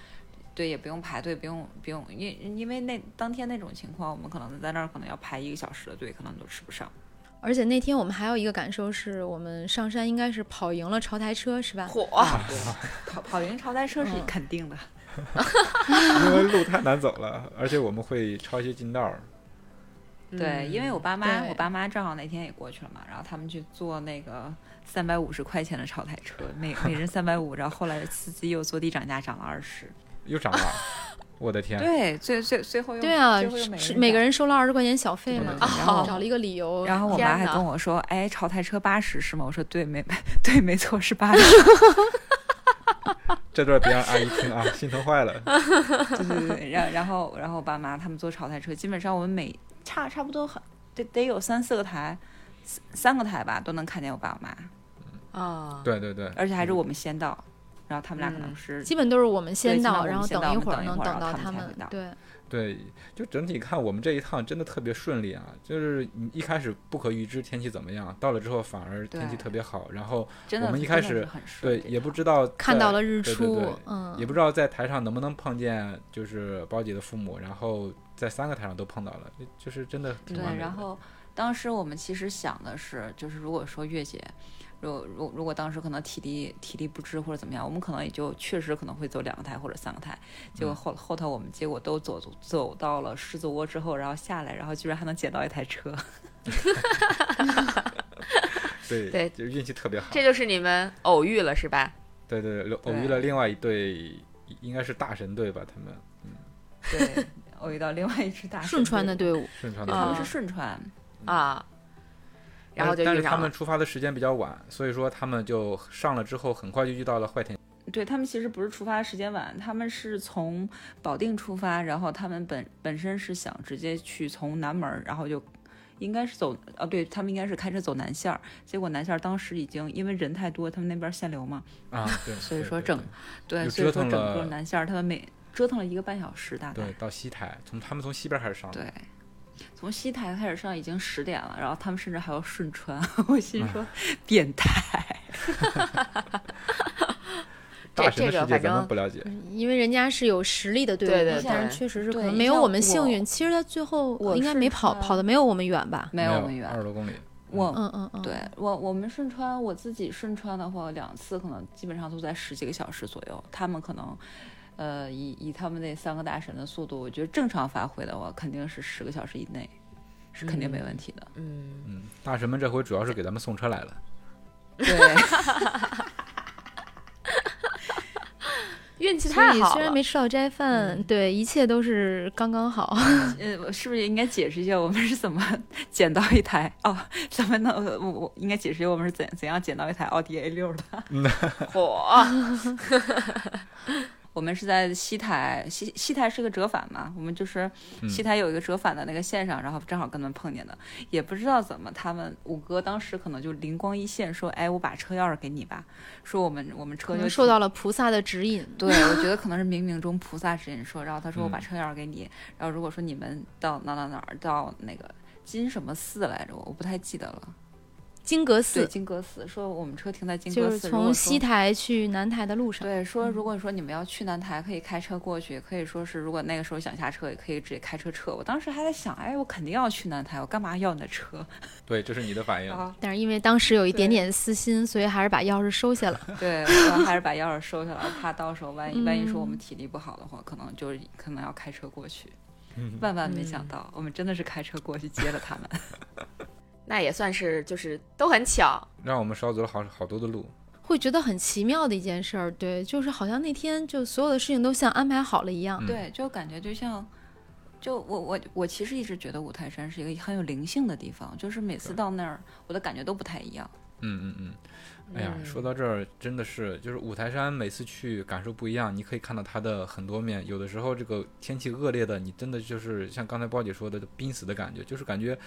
[SPEAKER 5] 对，也不用排队，不用不用，因因为那当天那种情况，我们可能在那儿可能要排一个小时的队，可能都吃不上。
[SPEAKER 1] 而且那天我们还有一个感受是，我们上山应该是跑赢了潮台车，是吧？
[SPEAKER 2] 火，
[SPEAKER 3] 啊
[SPEAKER 5] 对，跑跑赢朝台车是
[SPEAKER 1] 嗯
[SPEAKER 5] 肯定的。
[SPEAKER 3] 因为路太难走了，而且我们会抄一些近道儿。
[SPEAKER 5] 对，因为我爸
[SPEAKER 1] 嗯
[SPEAKER 5] 妈，
[SPEAKER 1] 对
[SPEAKER 5] 我爸妈正好那天也过去了嘛，然后他们去坐那个三百五十块钱的超台车，每每人三百五，然后后来司机又坐地涨价涨了二十。
[SPEAKER 3] 又涨了， 我的天！
[SPEAKER 5] 对，最最最后又
[SPEAKER 1] 对啊
[SPEAKER 5] 最后又，
[SPEAKER 1] 是
[SPEAKER 5] 每
[SPEAKER 1] 每个人收了二十块钱小费
[SPEAKER 3] 对
[SPEAKER 1] 嘛，
[SPEAKER 3] 对
[SPEAKER 5] 对然后
[SPEAKER 1] 找了一个理由，
[SPEAKER 5] 然后我
[SPEAKER 2] 天
[SPEAKER 5] 妈还
[SPEAKER 2] 呐
[SPEAKER 5] 跟我说：“哎，炒台车八十是吗？”我说：“对，没对，没错，是八十。
[SPEAKER 3] 这段别让阿姨听啊，心疼坏了。”
[SPEAKER 5] 对对对。然然后然后我爸妈他们坐炒台车，基本上我们每差差不多很得得有三四个台，三三个台吧都能看见我爸我妈，
[SPEAKER 2] 啊，
[SPEAKER 3] 对对对，
[SPEAKER 5] 而且还是我们先到，然后他们俩可能
[SPEAKER 2] 嗯
[SPEAKER 5] 是
[SPEAKER 1] 基本都是我们先
[SPEAKER 5] 对基本
[SPEAKER 1] 到，
[SPEAKER 5] 我们
[SPEAKER 1] 然后
[SPEAKER 5] 先
[SPEAKER 1] 等
[SPEAKER 5] 到
[SPEAKER 1] 一
[SPEAKER 5] 我们
[SPEAKER 1] 会儿
[SPEAKER 5] 等一
[SPEAKER 1] 能
[SPEAKER 5] 会儿
[SPEAKER 1] 等
[SPEAKER 5] 然后
[SPEAKER 1] 到
[SPEAKER 5] 他们才
[SPEAKER 1] 们
[SPEAKER 5] 会到。
[SPEAKER 1] 对，
[SPEAKER 3] 对，就整体看，我们这一趟真的特别顺利啊！就是你一开始不可预知天气怎么样，到了之后反而天气
[SPEAKER 5] 对
[SPEAKER 3] 特别好，然后
[SPEAKER 5] 真的
[SPEAKER 3] 我们
[SPEAKER 5] 是
[SPEAKER 3] 一开
[SPEAKER 5] 真的
[SPEAKER 3] 始
[SPEAKER 5] 是很顺
[SPEAKER 3] 对
[SPEAKER 5] 这
[SPEAKER 3] 也不
[SPEAKER 5] 趟
[SPEAKER 3] 知道
[SPEAKER 1] 看
[SPEAKER 3] 在
[SPEAKER 1] 到了日
[SPEAKER 3] 对
[SPEAKER 1] 出，
[SPEAKER 3] 对对
[SPEAKER 1] 嗯，
[SPEAKER 3] 也不知道在台上能不能碰见，就是包姐的父母，然后在三个台上都碰到了，就是真的挺
[SPEAKER 5] 对
[SPEAKER 3] 完，美的。
[SPEAKER 5] 然后当时我们其实想的是，就是如果说月姐，如果如如果当时可能体力体力不支或者怎么样，我们可能也就确实可能会走两个台或者三个台。结果后、后头我们结果都走走走到了狮子窝之后，然后下来，然后居然还能捡到一台车。
[SPEAKER 3] 对
[SPEAKER 2] 对
[SPEAKER 3] 就是运气特别好。
[SPEAKER 2] 这就是你们偶遇了是吧？
[SPEAKER 3] 对对对，偶遇了另外一队，应该是大神队吧？他们
[SPEAKER 5] 对，偶遇到另外一支大
[SPEAKER 1] 顺川的
[SPEAKER 5] 对，
[SPEAKER 1] 队伍，
[SPEAKER 3] 顺畅
[SPEAKER 5] 对
[SPEAKER 3] 的
[SPEAKER 5] 他
[SPEAKER 3] 队伍
[SPEAKER 5] 们是顺川，
[SPEAKER 2] 啊，嗯然后就
[SPEAKER 3] 但
[SPEAKER 2] 遇
[SPEAKER 3] 是他
[SPEAKER 2] 上
[SPEAKER 3] 们
[SPEAKER 2] 了，
[SPEAKER 3] 出发的时间比较晚，所以说他们就上了之后，很快就遇到了坏天
[SPEAKER 5] 对他们其实不是出发时间晚，他们是从保定出发，然后他们本本身是想直接去从南门儿，然后就应该是走啊，对他们应该是开车走南线儿，结果南线儿当时已经因为人太多，他们那边儿限流嘛，
[SPEAKER 3] 啊，对，
[SPEAKER 5] 所以
[SPEAKER 3] 对
[SPEAKER 5] 说
[SPEAKER 3] 对
[SPEAKER 5] 整
[SPEAKER 3] 对
[SPEAKER 5] 对，
[SPEAKER 3] 就
[SPEAKER 5] 所以
[SPEAKER 3] 折
[SPEAKER 5] 说
[SPEAKER 3] 腾
[SPEAKER 5] 整个
[SPEAKER 3] 了
[SPEAKER 5] 南线儿他们每折腾了一个半小时大概，
[SPEAKER 3] 对，到西台，从他们从西边开始上的，
[SPEAKER 5] 对从西台开始上已经十点了，然后他们甚至还要顺川， 我心
[SPEAKER 3] 嗯
[SPEAKER 5] 说变态，
[SPEAKER 3] 大神的
[SPEAKER 2] 这
[SPEAKER 3] 世
[SPEAKER 2] 个反
[SPEAKER 3] 界咱们
[SPEAKER 2] 正
[SPEAKER 3] 不了解，
[SPEAKER 1] 嗯因为人家是有实力的队伍，
[SPEAKER 2] 对对对
[SPEAKER 1] 但是确实是可
[SPEAKER 5] 对
[SPEAKER 1] 能
[SPEAKER 5] 你
[SPEAKER 1] 没有
[SPEAKER 5] 像
[SPEAKER 1] 我们幸
[SPEAKER 5] 我
[SPEAKER 1] 运。其实他最后
[SPEAKER 5] 我
[SPEAKER 1] 应该
[SPEAKER 5] 是
[SPEAKER 1] 没跑，
[SPEAKER 5] 看
[SPEAKER 1] 跑的没有我们远吧？
[SPEAKER 5] 没有我们远
[SPEAKER 3] 二，十多公里，
[SPEAKER 5] 我
[SPEAKER 1] 嗯嗯嗯，
[SPEAKER 5] 对我，我们顺川，我自己顺川的话，两次可能基本上都在十几个小时左右。他们可能，呃，以以他们那三个大神的速度，我觉得正常发挥的话，肯定是十个小时以内，是肯定没问题的。
[SPEAKER 2] 嗯，
[SPEAKER 3] 嗯，大神们这回主要是给咱们送车来了，
[SPEAKER 5] 对
[SPEAKER 2] 运气
[SPEAKER 1] 所
[SPEAKER 2] 太
[SPEAKER 1] 以
[SPEAKER 2] 好
[SPEAKER 1] 虽然
[SPEAKER 2] 了，
[SPEAKER 1] 没吃到斋饭，对，一切都是刚刚好。，
[SPEAKER 5] 呃，我是不是应该解释一下我们是怎么捡到一台？哦，咱们那我我应该解释一下我们是怎怎样捡到一台奥迪 A 六的。
[SPEAKER 2] 火，
[SPEAKER 5] 我们是在西台，西西台是个折返嘛，我们就是
[SPEAKER 3] 嗯
[SPEAKER 5] 西台有一个折返的那个线上，然后正好跟他们碰见的，也不知道怎么他们五哥当时可能就灵光一现，说，哎，我把车钥匙给你吧，说我们我们
[SPEAKER 1] 可
[SPEAKER 5] 车就
[SPEAKER 1] 能 受到了菩萨的指引，
[SPEAKER 5] 对，我觉得可能是冥冥中菩萨指引说，然后他说我把
[SPEAKER 3] 嗯
[SPEAKER 5] 车钥匙给你，然后如果说你们到哪哪哪儿到那个金什么寺来着，我我不太记得了，
[SPEAKER 1] 金阁
[SPEAKER 5] 对，
[SPEAKER 1] 寺
[SPEAKER 5] 金阁寺，说我们车停在金
[SPEAKER 1] 就
[SPEAKER 5] 阁
[SPEAKER 1] 是
[SPEAKER 5] 寺，如果
[SPEAKER 1] 从
[SPEAKER 5] 说
[SPEAKER 1] 西台去南台的路上。
[SPEAKER 5] 对，说如果说你们要去南台，可以开车过去，可以说是如果那个时候想下车，也可以直接开车撤。我当时还在想，哎，我肯定要去南台，我干嘛要你的车？
[SPEAKER 3] 对，这是你的反应，
[SPEAKER 5] 啊，
[SPEAKER 1] 但是因为当时有一点
[SPEAKER 5] 对
[SPEAKER 1] 点私心，所以还是把钥匙收下了。
[SPEAKER 5] 对，我还是把钥匙收下来，怕到时候万一万一说我
[SPEAKER 1] 嗯
[SPEAKER 5] 们体力不好的话，可能就是可能要开车过去。
[SPEAKER 3] 嗯
[SPEAKER 5] 万万没想
[SPEAKER 2] 嗯
[SPEAKER 5] 到，我们真的是开车过去接了他们。
[SPEAKER 2] 那也算是就是都很巧，
[SPEAKER 3] 让我们少走了好好多的路，
[SPEAKER 1] 会觉得很奇妙的一件事儿，对，就是好像那天就所有的事情都像安排好了一样。
[SPEAKER 3] 嗯
[SPEAKER 5] 对，就感觉就像，就我我我其实一直觉得五台山是一个很有灵性的地方，就是每次
[SPEAKER 3] 对
[SPEAKER 5] 到那儿，我的感觉都不太一样。
[SPEAKER 3] 嗯嗯嗯。哎呀，
[SPEAKER 2] 嗯
[SPEAKER 3] 说到这儿，真的是，就是五台山每次去感受不一样，你可以看到它的很多面。有的时候这个天气恶劣的，你真的就是像刚才包姐说的濒死的感觉，就是感觉，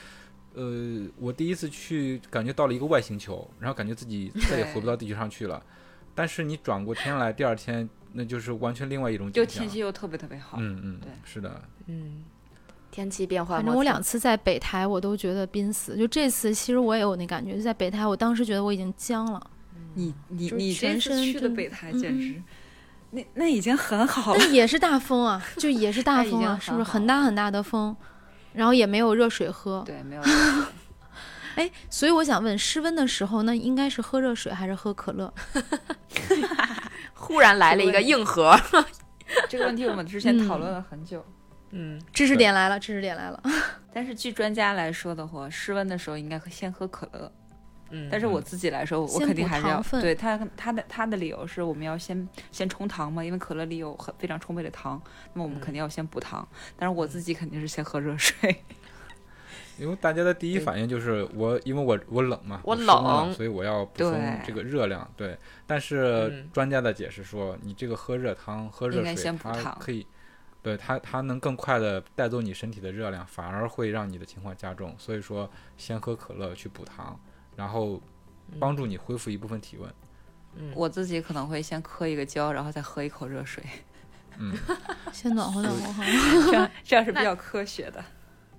[SPEAKER 3] 呃，我第一次去感觉到了一个外星球，然后感觉自己再也
[SPEAKER 5] 对
[SPEAKER 3] 回不到地球上去了。但是你转过天来，第二天那就是完全另外一种
[SPEAKER 5] 就
[SPEAKER 3] 景象
[SPEAKER 5] 天。气又特别特别好。
[SPEAKER 3] 嗯嗯
[SPEAKER 5] 对，
[SPEAKER 3] 是的，
[SPEAKER 2] 嗯，天气变化莫测，
[SPEAKER 1] 反正我两次在北台，我都觉得濒死。就这次，其实我也有那感觉，就在北台，我当时觉得我已经僵了。
[SPEAKER 5] 你你
[SPEAKER 1] 就是
[SPEAKER 5] 你这
[SPEAKER 1] 全
[SPEAKER 5] 次
[SPEAKER 1] 身
[SPEAKER 5] 去的
[SPEAKER 1] 真
[SPEAKER 5] 北台
[SPEAKER 1] 嗯
[SPEAKER 5] 简直，那那已经很好了。
[SPEAKER 1] 但哎也是大风啊，就也是大
[SPEAKER 5] 那已
[SPEAKER 1] 风啊，
[SPEAKER 5] 经
[SPEAKER 1] 是不是
[SPEAKER 5] 很好
[SPEAKER 1] 很大很大的风？然后也没有热水喝。
[SPEAKER 5] 对，没有。
[SPEAKER 1] 哎，所以我想问，失温的时候，那应该是喝热水还是喝可乐？
[SPEAKER 2] 忽然来了一个硬核，
[SPEAKER 5] 这个问题我们之前讨论
[SPEAKER 1] 嗯
[SPEAKER 5] 了很久，
[SPEAKER 2] 嗯，
[SPEAKER 1] 知识
[SPEAKER 3] 对
[SPEAKER 1] 点来了，知识点来了。
[SPEAKER 5] 但是据专家来说的话，室温的时候应该先喝可乐。
[SPEAKER 2] 嗯
[SPEAKER 5] 但是我自己来说，我
[SPEAKER 1] 先
[SPEAKER 5] 肯定
[SPEAKER 1] 补
[SPEAKER 5] 还是要
[SPEAKER 1] 糖分
[SPEAKER 5] 对他他的他的理由是我们要先先冲糖嘛，因为可乐里有很非常充沛的糖，那么我们
[SPEAKER 2] 嗯
[SPEAKER 5] 肯定要先补糖。但是我自己肯定是先喝热水，
[SPEAKER 3] 因为大家的第一反应就是我，因为我我冷嘛，
[SPEAKER 2] 我
[SPEAKER 3] 生了
[SPEAKER 2] 冷
[SPEAKER 3] 所以我要补充
[SPEAKER 5] 对
[SPEAKER 3] 这个热量。对，但是
[SPEAKER 2] 嗯
[SPEAKER 3] 专家的解释说，你这个喝热汤、喝热
[SPEAKER 5] 应该
[SPEAKER 3] 水
[SPEAKER 5] 先，补
[SPEAKER 3] 它
[SPEAKER 5] 糖
[SPEAKER 3] 可以，对它它能更快的带走你身体的热量，反而会让你的情况加重。所以说，先喝可乐去补糖，然后
[SPEAKER 5] 嗯
[SPEAKER 3] 帮助你恢复一部分体温。
[SPEAKER 2] 嗯
[SPEAKER 5] 我自己可能会先嗑一个胶，然后再喝一口热水，
[SPEAKER 3] 嗯，
[SPEAKER 1] 先暖和暖和哈。
[SPEAKER 5] 这样这样是比较科学的。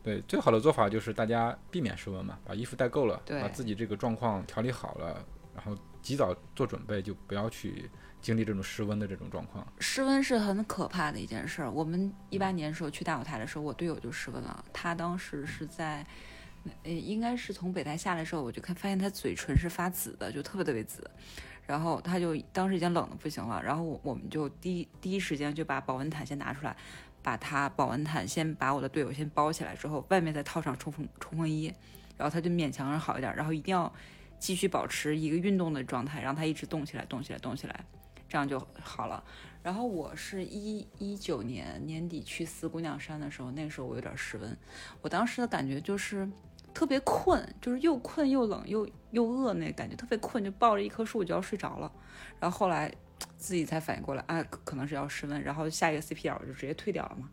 [SPEAKER 3] 对，最好的做法就是大家避免室温嘛，把衣服带够了，
[SPEAKER 5] 对
[SPEAKER 3] 把自己这个状况调理好了，然后及早做准备，就不要去经历这种室温的这种状况。
[SPEAKER 5] 失温是很可怕的一件事儿。我们一八年的时候去大舞台的时候，我队友就失温了。他当时是在，呃，应该是从北台下来的时候，我就看发现他嘴唇是发紫的，就特别特别紫。然后他就当时已经冷的不行了，然后我我们就第一第一时间就把保温毯先拿出来，把他保温毯先把我的队友先包起来之后，外面再套上冲锋冲锋衣，然后他就勉强是好一点，然后一定要继续保持一个运动的状态，让他一直动起来，动起来，动起来，这样就好了。然后我是一一九年年底去四姑娘山的时候，那个时候我有点失温，我当时的感觉就是特别困，就是又困又冷又又饿那感觉，特别困，就抱着一棵树就要睡着了。然后后来自己才反应过来，啊，可可能是要失温。然后下一个 CPR 我就直接退掉了嘛，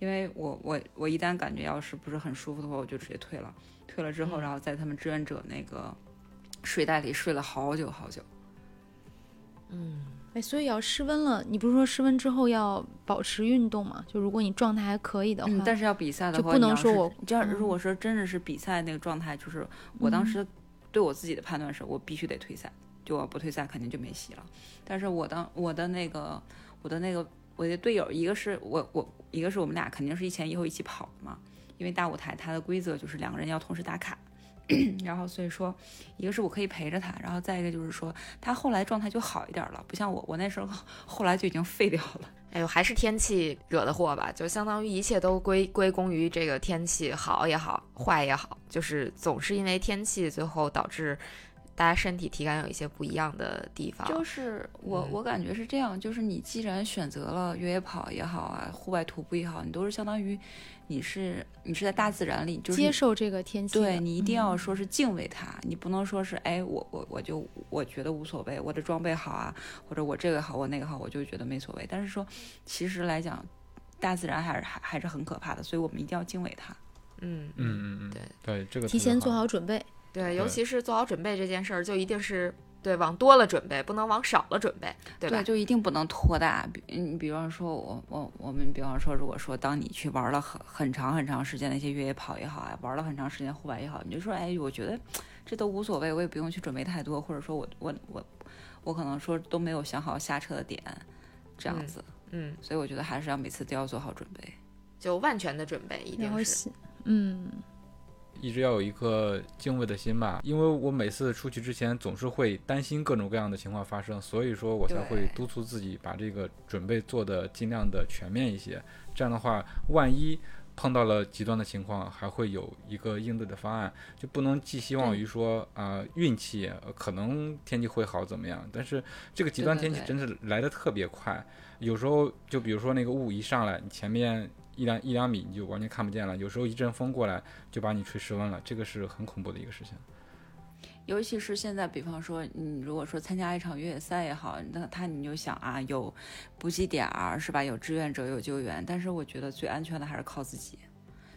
[SPEAKER 5] 因为我我我一旦感觉要是不是很舒服的话，我就直接退了。退了之后，
[SPEAKER 2] 嗯
[SPEAKER 5] 然后在他们志愿者那个睡袋里睡了好久好久。
[SPEAKER 2] 嗯
[SPEAKER 1] 哎，所以要失温了，你不是说失温之后要保持运动吗？就如果你状态还可以的话，
[SPEAKER 5] 嗯，但是要比赛的
[SPEAKER 1] 就
[SPEAKER 5] 话，
[SPEAKER 1] 不
[SPEAKER 5] 你
[SPEAKER 1] 能
[SPEAKER 5] 要
[SPEAKER 1] 说
[SPEAKER 5] 是
[SPEAKER 1] 我
[SPEAKER 5] 这样。
[SPEAKER 1] 嗯
[SPEAKER 5] 如果说真的是比赛那个状态，就是我当时对我自己的判断是我必须得退赛，就我不退赛肯定就没戏了。但是我当我的那个我的那个我的队友，一个是我我一个是我们俩肯定是一前一后一起跑的嘛，因为大舞台它的规则就是两个人要同时打卡。 然后所以说，一个是我可以陪着他，然后再一个就是说，他后来状态就好一点了，不像我，我那时候 后来就已经废掉了。
[SPEAKER 2] 哎呦，还是天气惹的祸吧，就相当于一切都归归功于这个天气好也好，坏也好，就是总是因为天气，最后导致大家身体体感有一些不一样的地方。
[SPEAKER 5] 就是我，
[SPEAKER 2] 嗯
[SPEAKER 5] 我感觉是这样，就是你既然选择了越野跑也好啊，户外徒步也好，你都是相当于你是你是在大自然里，就是
[SPEAKER 1] 接
[SPEAKER 5] 你
[SPEAKER 1] 受这个天气的，
[SPEAKER 5] 对你一定要
[SPEAKER 1] 嗯
[SPEAKER 5] 说是敬畏它，你不能说是哎，我我我就我觉得无所谓，我的装备好啊，或者我这个好，我那个好，我就觉得没所谓。但是说，其实来讲，大自然还是还还是很可怕的，所以我们一定要敬畏它。
[SPEAKER 2] 嗯嗯，
[SPEAKER 3] 嗯嗯嗯，
[SPEAKER 2] 对
[SPEAKER 3] 对，这个
[SPEAKER 1] 提
[SPEAKER 3] 特别
[SPEAKER 1] 前做好准备。
[SPEAKER 2] 对，尤
[SPEAKER 3] 对
[SPEAKER 2] 其是做好准备这件事儿，就一定是对往多了准备，不能往少了准备，对吧？
[SPEAKER 5] 就一定不能拖大。比你比方说我我我们比方说，如果说当你去玩了很很长很长时间的一些越野跑也好啊，玩了很长时间户外也好，你就说哎，我觉得这都无所谓，我也不用去准备太多，或者说我我我我可能说都没有想好下车的点，这样
[SPEAKER 2] 嗯
[SPEAKER 5] 子。
[SPEAKER 2] 嗯，
[SPEAKER 5] 所以我觉得还是要每次都要做好准备。
[SPEAKER 2] 就万全的准备，一
[SPEAKER 1] 然
[SPEAKER 2] 定
[SPEAKER 1] 后
[SPEAKER 2] 是。
[SPEAKER 1] 洗，嗯，
[SPEAKER 3] 一直要有一个敬畏的心吧，因为我每次出去之前总是会担心各种各样的情况发生，所以说我才
[SPEAKER 5] 对
[SPEAKER 3] 会督促自己把这个准备做的尽量的全面一些。这样的话，万一碰到了极端的情况，还会有一个应对的方案，就不能寄希望于说啊、运气，呃可能天气会好怎么样，但是这个极
[SPEAKER 5] 对
[SPEAKER 3] 端
[SPEAKER 5] 对
[SPEAKER 3] 天气
[SPEAKER 5] 对
[SPEAKER 3] 真是来的特别快，有时候就比如说那个雾一上来，你前面一两一两米你就完全看不见了。有时候一阵风过来就把你吹失温了，这个是很恐怖的一个事情。
[SPEAKER 5] 尤其是现在，比方说，你如果说参加一场越野赛也好，那他你就想啊，有补给点儿是吧？有志愿者，有救援。但是我觉得最安全的还是靠自己。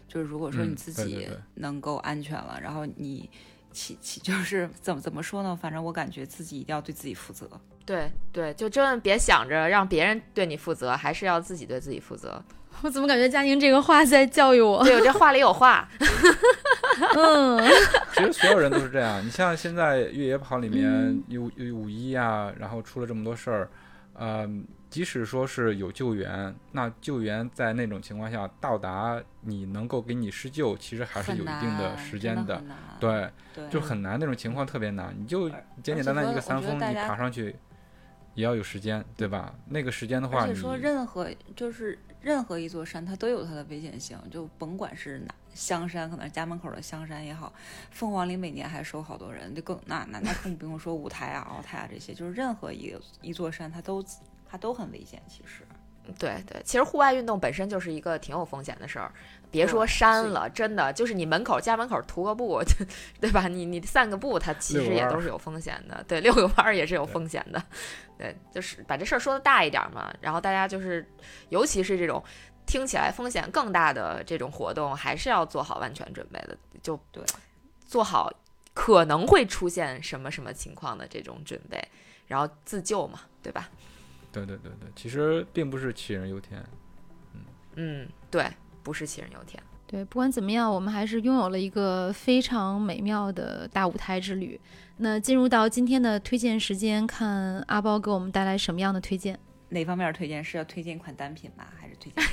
[SPEAKER 5] 就是如果说你
[SPEAKER 3] 嗯
[SPEAKER 5] 自
[SPEAKER 3] 对对
[SPEAKER 5] 己
[SPEAKER 3] 对
[SPEAKER 5] 能够安全了，然后你起起就是怎么怎么说呢？反正我感觉自己一定要对自己负责。
[SPEAKER 2] 对对，就真别想着让别人对你负责，还是要自己对自己负责。
[SPEAKER 1] 我怎么感觉佳宁这个话在教育我？
[SPEAKER 2] 对，我这话里有话。
[SPEAKER 1] 嗯，
[SPEAKER 3] 其实所有人都是这样。你像现在越野跑里
[SPEAKER 5] 嗯
[SPEAKER 3] 面有有五一啊，然后出了这么多事儿，呃，即使说是有救援，那救援在那种情况下到达你能够给你施救，其实还是
[SPEAKER 5] 很
[SPEAKER 3] 有一定的
[SPEAKER 5] 难
[SPEAKER 3] 时
[SPEAKER 5] 真
[SPEAKER 3] 间
[SPEAKER 5] 的
[SPEAKER 3] 的
[SPEAKER 5] 很。难
[SPEAKER 3] 对，
[SPEAKER 5] 对，
[SPEAKER 3] 就很难那种情况特别难。你就
[SPEAKER 5] 而
[SPEAKER 3] 简
[SPEAKER 5] 而
[SPEAKER 3] 简
[SPEAKER 5] 且
[SPEAKER 3] 单单一
[SPEAKER 5] 说
[SPEAKER 3] 个
[SPEAKER 5] 我
[SPEAKER 3] 三
[SPEAKER 5] 觉得
[SPEAKER 3] 峰，
[SPEAKER 5] 大
[SPEAKER 3] 你
[SPEAKER 5] 家
[SPEAKER 3] 爬上去也要有时间，对吧？那个时间的话，
[SPEAKER 5] 而
[SPEAKER 3] 你
[SPEAKER 5] 且说任何就是任何一座山，它都有它的危险性，就甭管是哪香山，可能家门口的香山也好，凤凰里每年还收好多人，就更那那那更不用说五台啊、 鳌台啊这些，就是任何一一座山，它都它都很危险。其实，
[SPEAKER 2] 对对，其实户外运动本身就是一个挺有风险的事儿，别说
[SPEAKER 5] 对
[SPEAKER 2] 山
[SPEAKER 5] 所以
[SPEAKER 2] 了，真的就是你门口家门口涂个布，就对吧？你你散个步，它其
[SPEAKER 3] 遛
[SPEAKER 2] 实
[SPEAKER 3] 个
[SPEAKER 2] 也
[SPEAKER 3] 弯儿
[SPEAKER 2] 都是有风险的。对，遛个弯儿也是有
[SPEAKER 3] 对
[SPEAKER 2] 风险的。对，就是把这事儿说的大一点儿嘛，然后大家就是，尤其是这种听起来风险更大的这种活动，还是要做好万全准备的，就
[SPEAKER 5] 对
[SPEAKER 2] 做好可能会出现什么什么情况的这种准备，然后自救嘛，对吧？
[SPEAKER 3] 对对对对，其实并不是杞人忧 天。
[SPEAKER 2] 嗯，对，不是杞人忧天。
[SPEAKER 1] 对，不管怎么样，我们还是拥有了一个非常美妙的大舞台之旅。那进入到今天的推荐时间，看阿包给我们带来什么样的推荐？
[SPEAKER 5] 哪方面儿推荐是要推荐一款单品吧，还是推荐？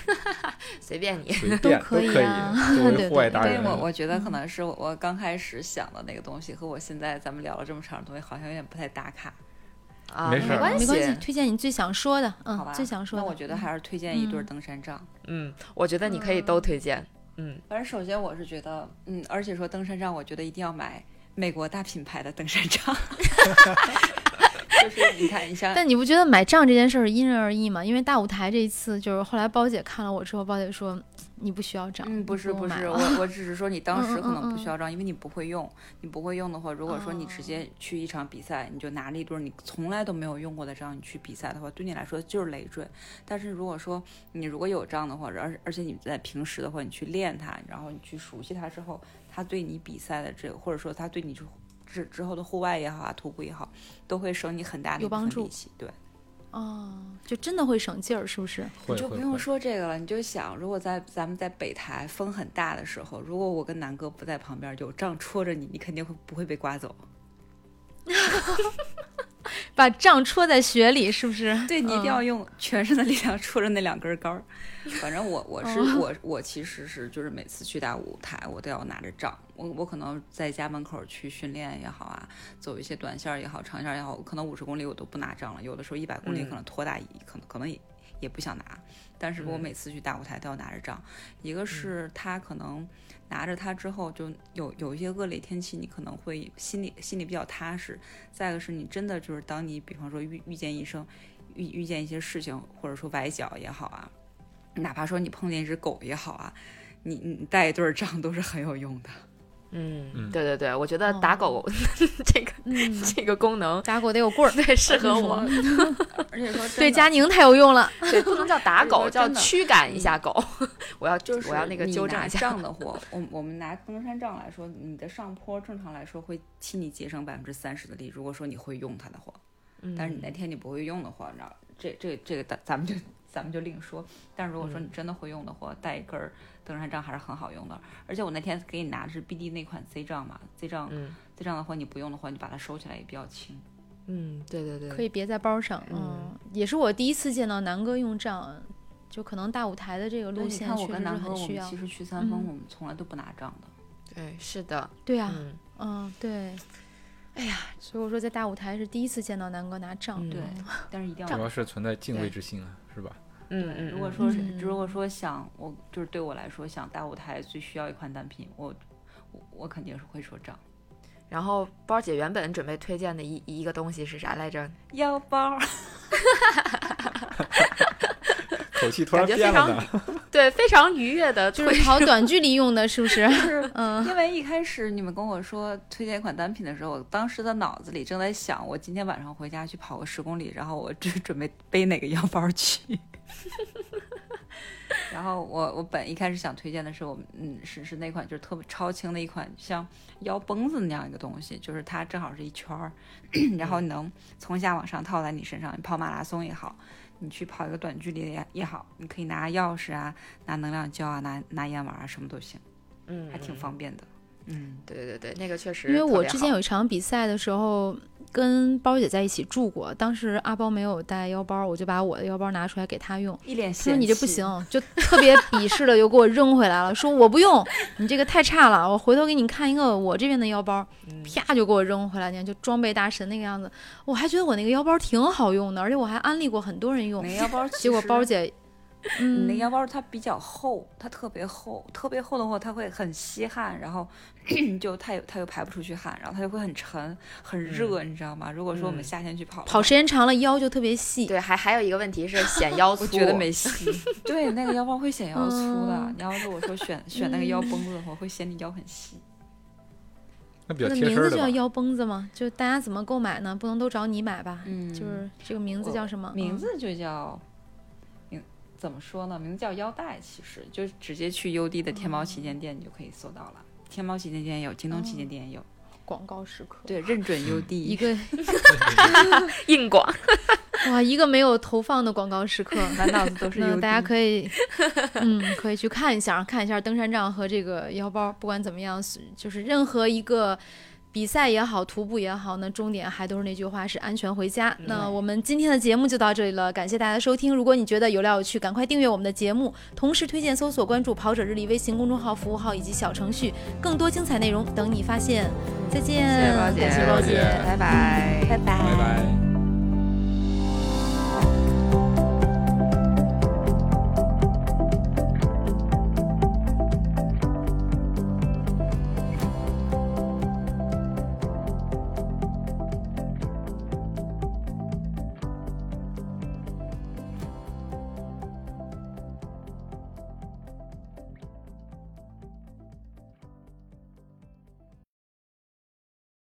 [SPEAKER 2] 随便你。
[SPEAKER 3] 随便
[SPEAKER 1] 可
[SPEAKER 3] 可
[SPEAKER 1] 以
[SPEAKER 3] 以，
[SPEAKER 1] 啊
[SPEAKER 3] 作
[SPEAKER 1] 对
[SPEAKER 3] 为 户
[SPEAKER 1] 对
[SPEAKER 3] 外达
[SPEAKER 1] 对
[SPEAKER 3] 人，
[SPEAKER 5] 我我觉得可能是我我刚开始想的那个东西，和我现在咱们聊了这么长的东西，好像有点不太搭卡。
[SPEAKER 2] 啊，
[SPEAKER 3] 没事儿
[SPEAKER 2] 关
[SPEAKER 1] 没
[SPEAKER 2] 系，
[SPEAKER 1] 关系，推荐你最想说的，
[SPEAKER 5] 好
[SPEAKER 1] 嗯
[SPEAKER 5] 吧，，
[SPEAKER 1] 最想说的。
[SPEAKER 5] 那我觉得还是推荐一对儿
[SPEAKER 1] 嗯
[SPEAKER 5] 登山杖。
[SPEAKER 2] 嗯，我觉得你可以都推荐。嗯，
[SPEAKER 5] 反正首先我是觉得，嗯，而且说登山杖，我觉得一定要买美国大品牌的登山杖。 就是你看，你像
[SPEAKER 1] 嗯但你不觉得买账这件事儿因人而异吗？因为大舞台这一次，就是后来包姐看了我之后，包姐说你不需要账，
[SPEAKER 5] 嗯，不是
[SPEAKER 1] 用
[SPEAKER 5] 不
[SPEAKER 1] 买
[SPEAKER 5] 是，
[SPEAKER 1] 了
[SPEAKER 5] 我我只是说你当时
[SPEAKER 1] 嗯
[SPEAKER 5] 可
[SPEAKER 1] 嗯
[SPEAKER 5] 能
[SPEAKER 1] 嗯
[SPEAKER 5] 不需要装，因为你不会用。你不会用的话，如果说你
[SPEAKER 1] 哦
[SPEAKER 5] 直接去一场比赛，你就拿了一对儿你从来都没有用过的杖，你去比赛的话，对你来说就是累赘。但是如果说你如果有杖的话，而而且你在平时的话，你去练它，然后你去熟悉它之后，它对你比赛的这个，或者说它对你之之之后的户外也好啊，徒步也好，都会省你很大的
[SPEAKER 1] 有
[SPEAKER 5] 一部分
[SPEAKER 1] 帮助
[SPEAKER 5] 力气。对。
[SPEAKER 1] 哦，就真的会省劲儿，是不是？
[SPEAKER 3] 会
[SPEAKER 5] 你就
[SPEAKER 3] 会
[SPEAKER 5] 不用
[SPEAKER 3] 会
[SPEAKER 5] 说这个了，你就想，如果在咱们在北台风很大的时候，如果我跟南哥不在旁边，有杖戳着你，你肯定会不会被刮走？
[SPEAKER 1] 把账戳在雪里，是不是？
[SPEAKER 5] 对你一
[SPEAKER 1] 嗯
[SPEAKER 5] 定要用全身的力量戳着那两根杆儿。反正我我是我我其实是就是每次去大舞台，我都要拿着杖。我我可能在家门口去训练也好啊，走一些短线儿也好，长线儿也好，可能五十公里我都不拿杖了，有的时候一百公里
[SPEAKER 2] 嗯
[SPEAKER 5] 可能拖大衣，可能可能也也不想拿。但是我
[SPEAKER 2] 嗯
[SPEAKER 5] 每次去大舞台都要拿着杖，一个是他可能拿着它之后，就有有一些恶劣天气，你可能会心里心里比较踏实。再一个是你真的就是当你比方说遇遇见一生遇遇见一些事情，或者说崴脚也好啊，哪怕说你碰见一只狗也好啊，你你带一对儿杖都是很有用的。
[SPEAKER 2] 嗯，
[SPEAKER 3] 嗯
[SPEAKER 2] 对对对，我觉得
[SPEAKER 1] 哦
[SPEAKER 2] 打狗 这个
[SPEAKER 1] 嗯，
[SPEAKER 2] 这个功能，
[SPEAKER 1] 打狗得有 棍儿，
[SPEAKER 2] 对，适 合我。
[SPEAKER 5] 而且说真的
[SPEAKER 1] 对佳宁太有用了。
[SPEAKER 2] 对，不能叫打狗，
[SPEAKER 5] 我觉得
[SPEAKER 2] 叫
[SPEAKER 5] 真的
[SPEAKER 2] 驱赶一下狗。 我要
[SPEAKER 5] 就是
[SPEAKER 2] 我要那个
[SPEAKER 5] 你
[SPEAKER 2] 纠正
[SPEAKER 5] 拿
[SPEAKER 2] 一下。
[SPEAKER 5] 杖的话，我我们拿登山杖来说，你的上坡正常来说会替你节省百分之三十的力，如果说你会用它的话。
[SPEAKER 2] 嗯
[SPEAKER 5] 但是你那天你不会用的话，那这这这个咱咱们就咱们就另说。但是如果说
[SPEAKER 2] 嗯
[SPEAKER 5] 你真的会用的话，带一根儿登山杖还是很好用的。而且我那天给你拿的是 BD 那款 Z 杖嘛，Z 杖、
[SPEAKER 2] 嗯
[SPEAKER 5] Z 杖的话，你不用的话，你把它收起来也比较轻。
[SPEAKER 2] 嗯，对对对，
[SPEAKER 1] 可以别在包上，嗯，也是我第一次见到南哥用杖，就可能大舞台的这个
[SPEAKER 5] 对
[SPEAKER 1] 路
[SPEAKER 5] 你
[SPEAKER 1] 线
[SPEAKER 5] 看
[SPEAKER 1] 确
[SPEAKER 5] 我
[SPEAKER 1] 实
[SPEAKER 5] 跟
[SPEAKER 1] 是
[SPEAKER 5] 南哥，
[SPEAKER 1] 很
[SPEAKER 5] 我
[SPEAKER 1] 需
[SPEAKER 5] 们
[SPEAKER 1] 要
[SPEAKER 5] 其。实去三峰，
[SPEAKER 1] 嗯
[SPEAKER 5] 我们从来都不拿杖的。
[SPEAKER 2] 对，是的，
[SPEAKER 1] 对啊，
[SPEAKER 2] 嗯，
[SPEAKER 1] 嗯，对，哎呀，所以我说在大舞台是第一次见到南哥拿杖，
[SPEAKER 2] 嗯
[SPEAKER 5] 对，但是一定要
[SPEAKER 3] 主要是存在敬畏之心啊，是吧？
[SPEAKER 2] 嗯
[SPEAKER 5] 对
[SPEAKER 2] 嗯，
[SPEAKER 5] 如果
[SPEAKER 2] 嗯
[SPEAKER 5] 说是
[SPEAKER 1] 嗯
[SPEAKER 5] 如果说想我就是对我来说想大舞台最需要一款单品，我我我肯定是会说账
[SPEAKER 2] 然后包姐原本准备推荐的一一个东西是啥来着？
[SPEAKER 5] 腰包儿。
[SPEAKER 3] 口气突
[SPEAKER 2] 感
[SPEAKER 3] 然
[SPEAKER 2] 觉
[SPEAKER 3] 变
[SPEAKER 2] 非
[SPEAKER 3] 了
[SPEAKER 2] 常
[SPEAKER 3] 呢。
[SPEAKER 2] 对，非常愉悦的
[SPEAKER 1] 就
[SPEAKER 2] 推
[SPEAKER 1] 是跑短距离用的，是不 是？
[SPEAKER 5] 就是
[SPEAKER 1] 嗯，
[SPEAKER 5] 因为一开始你们跟我说推荐一款单品的时候，我当时的脑子里正在想，我今天晚上回家去跑个十公里，然后我只准备背哪个腰包去。 然后我我本一开始想推荐的是我们嗯是是那款就是特别超轻的一款像腰绷子那样一个东西，就是它正好是一圈儿，然后你能从下往上套在你身上，你跑马拉松也好，你去跑一个短距离也也好，你可以拿钥匙啊、拿能量胶啊、拿拿烟丸啊，什么都行，
[SPEAKER 2] 嗯，
[SPEAKER 5] 还挺
[SPEAKER 2] 方。
[SPEAKER 5] 方便的。嗯，
[SPEAKER 2] 对对对，那个确实特
[SPEAKER 1] 因
[SPEAKER 2] 别
[SPEAKER 1] 为
[SPEAKER 2] 好。
[SPEAKER 1] 我之前有一场比赛的时候，跟包姐在一起住过，当时阿包没有带腰包，我就把我的腰包拿出来给她用。
[SPEAKER 5] 一脸
[SPEAKER 1] 她说
[SPEAKER 5] 嫌
[SPEAKER 1] 你这不
[SPEAKER 5] 弃，
[SPEAKER 1] 行，就特别鄙视的又给我扔回来了，说我不用，你这个太差了，我回头给你看一个我这边的腰包，
[SPEAKER 2] 嗯
[SPEAKER 1] 啪就给我扔回来，你看就装备大神那个样子。我还觉得我那个腰包挺好用的，而且我还安利过很多人用
[SPEAKER 5] 你那，腰包其
[SPEAKER 1] 结果
[SPEAKER 5] 实
[SPEAKER 1] 包姐，
[SPEAKER 5] 你
[SPEAKER 1] 嗯
[SPEAKER 5] 那，腰包它比较厚，它特别厚，特别厚的话它会很吸汗，然后 就它又它又排不出去汗，然后它就会很沉很热，你知道吗？如果说我们
[SPEAKER 2] 嗯
[SPEAKER 5] 夏天去跑的话，
[SPEAKER 1] 跑时间长了腰就特别细。
[SPEAKER 2] 对，还还有一个问题是 显腰粗，
[SPEAKER 5] 我觉得没戏。 对，那个腰包会显腰粗的
[SPEAKER 1] 嗯。
[SPEAKER 5] 你要是我说选选那个腰绷子的话，会显你腰很细。
[SPEAKER 3] 那比
[SPEAKER 1] 它的
[SPEAKER 3] 较贴
[SPEAKER 1] 名
[SPEAKER 3] 身儿
[SPEAKER 1] 字就叫
[SPEAKER 3] 的吧。
[SPEAKER 1] 腰绷子嘛，就大家怎么购买呢？不能都找你买吧？
[SPEAKER 5] 嗯
[SPEAKER 1] 就是这个名字
[SPEAKER 5] 我
[SPEAKER 1] 叫什么？
[SPEAKER 5] 名
[SPEAKER 1] 嗯
[SPEAKER 5] 字就叫名怎么说呢？名字叫腰带，其实就直接去 UD 的天猫旗舰店你就可以搜到了。天猫旗舰店也有，京东
[SPEAKER 1] 哦
[SPEAKER 5] 旗舰店也有。
[SPEAKER 1] 广告时刻。
[SPEAKER 5] 对，认准 UD
[SPEAKER 1] 一个
[SPEAKER 2] 硬广。
[SPEAKER 1] 哇，一个没有投放的广告时刻，
[SPEAKER 5] 满脑子都是
[SPEAKER 1] 那
[SPEAKER 5] UD
[SPEAKER 1] 大家可 以，嗯，可以去看一下，看一下登山杖和这个腰包。不管怎么样，是就是任何一个比赛也好，徒步也好，那终点还都是那句话，是安全回家。那我们今天的节目就到这里了，感谢大家的收听。如果你觉得有料有趣，赶快订阅我们的节目，同时推荐、搜索、关注“跑者日历”微信公众号、服务号以及小程序，更多精彩内容等你发现。再见，
[SPEAKER 2] 嗯谢谢包姐
[SPEAKER 1] 感谢包
[SPEAKER 3] 谢谢
[SPEAKER 1] 姐。
[SPEAKER 2] 拜拜，拜拜。
[SPEAKER 3] 拜拜。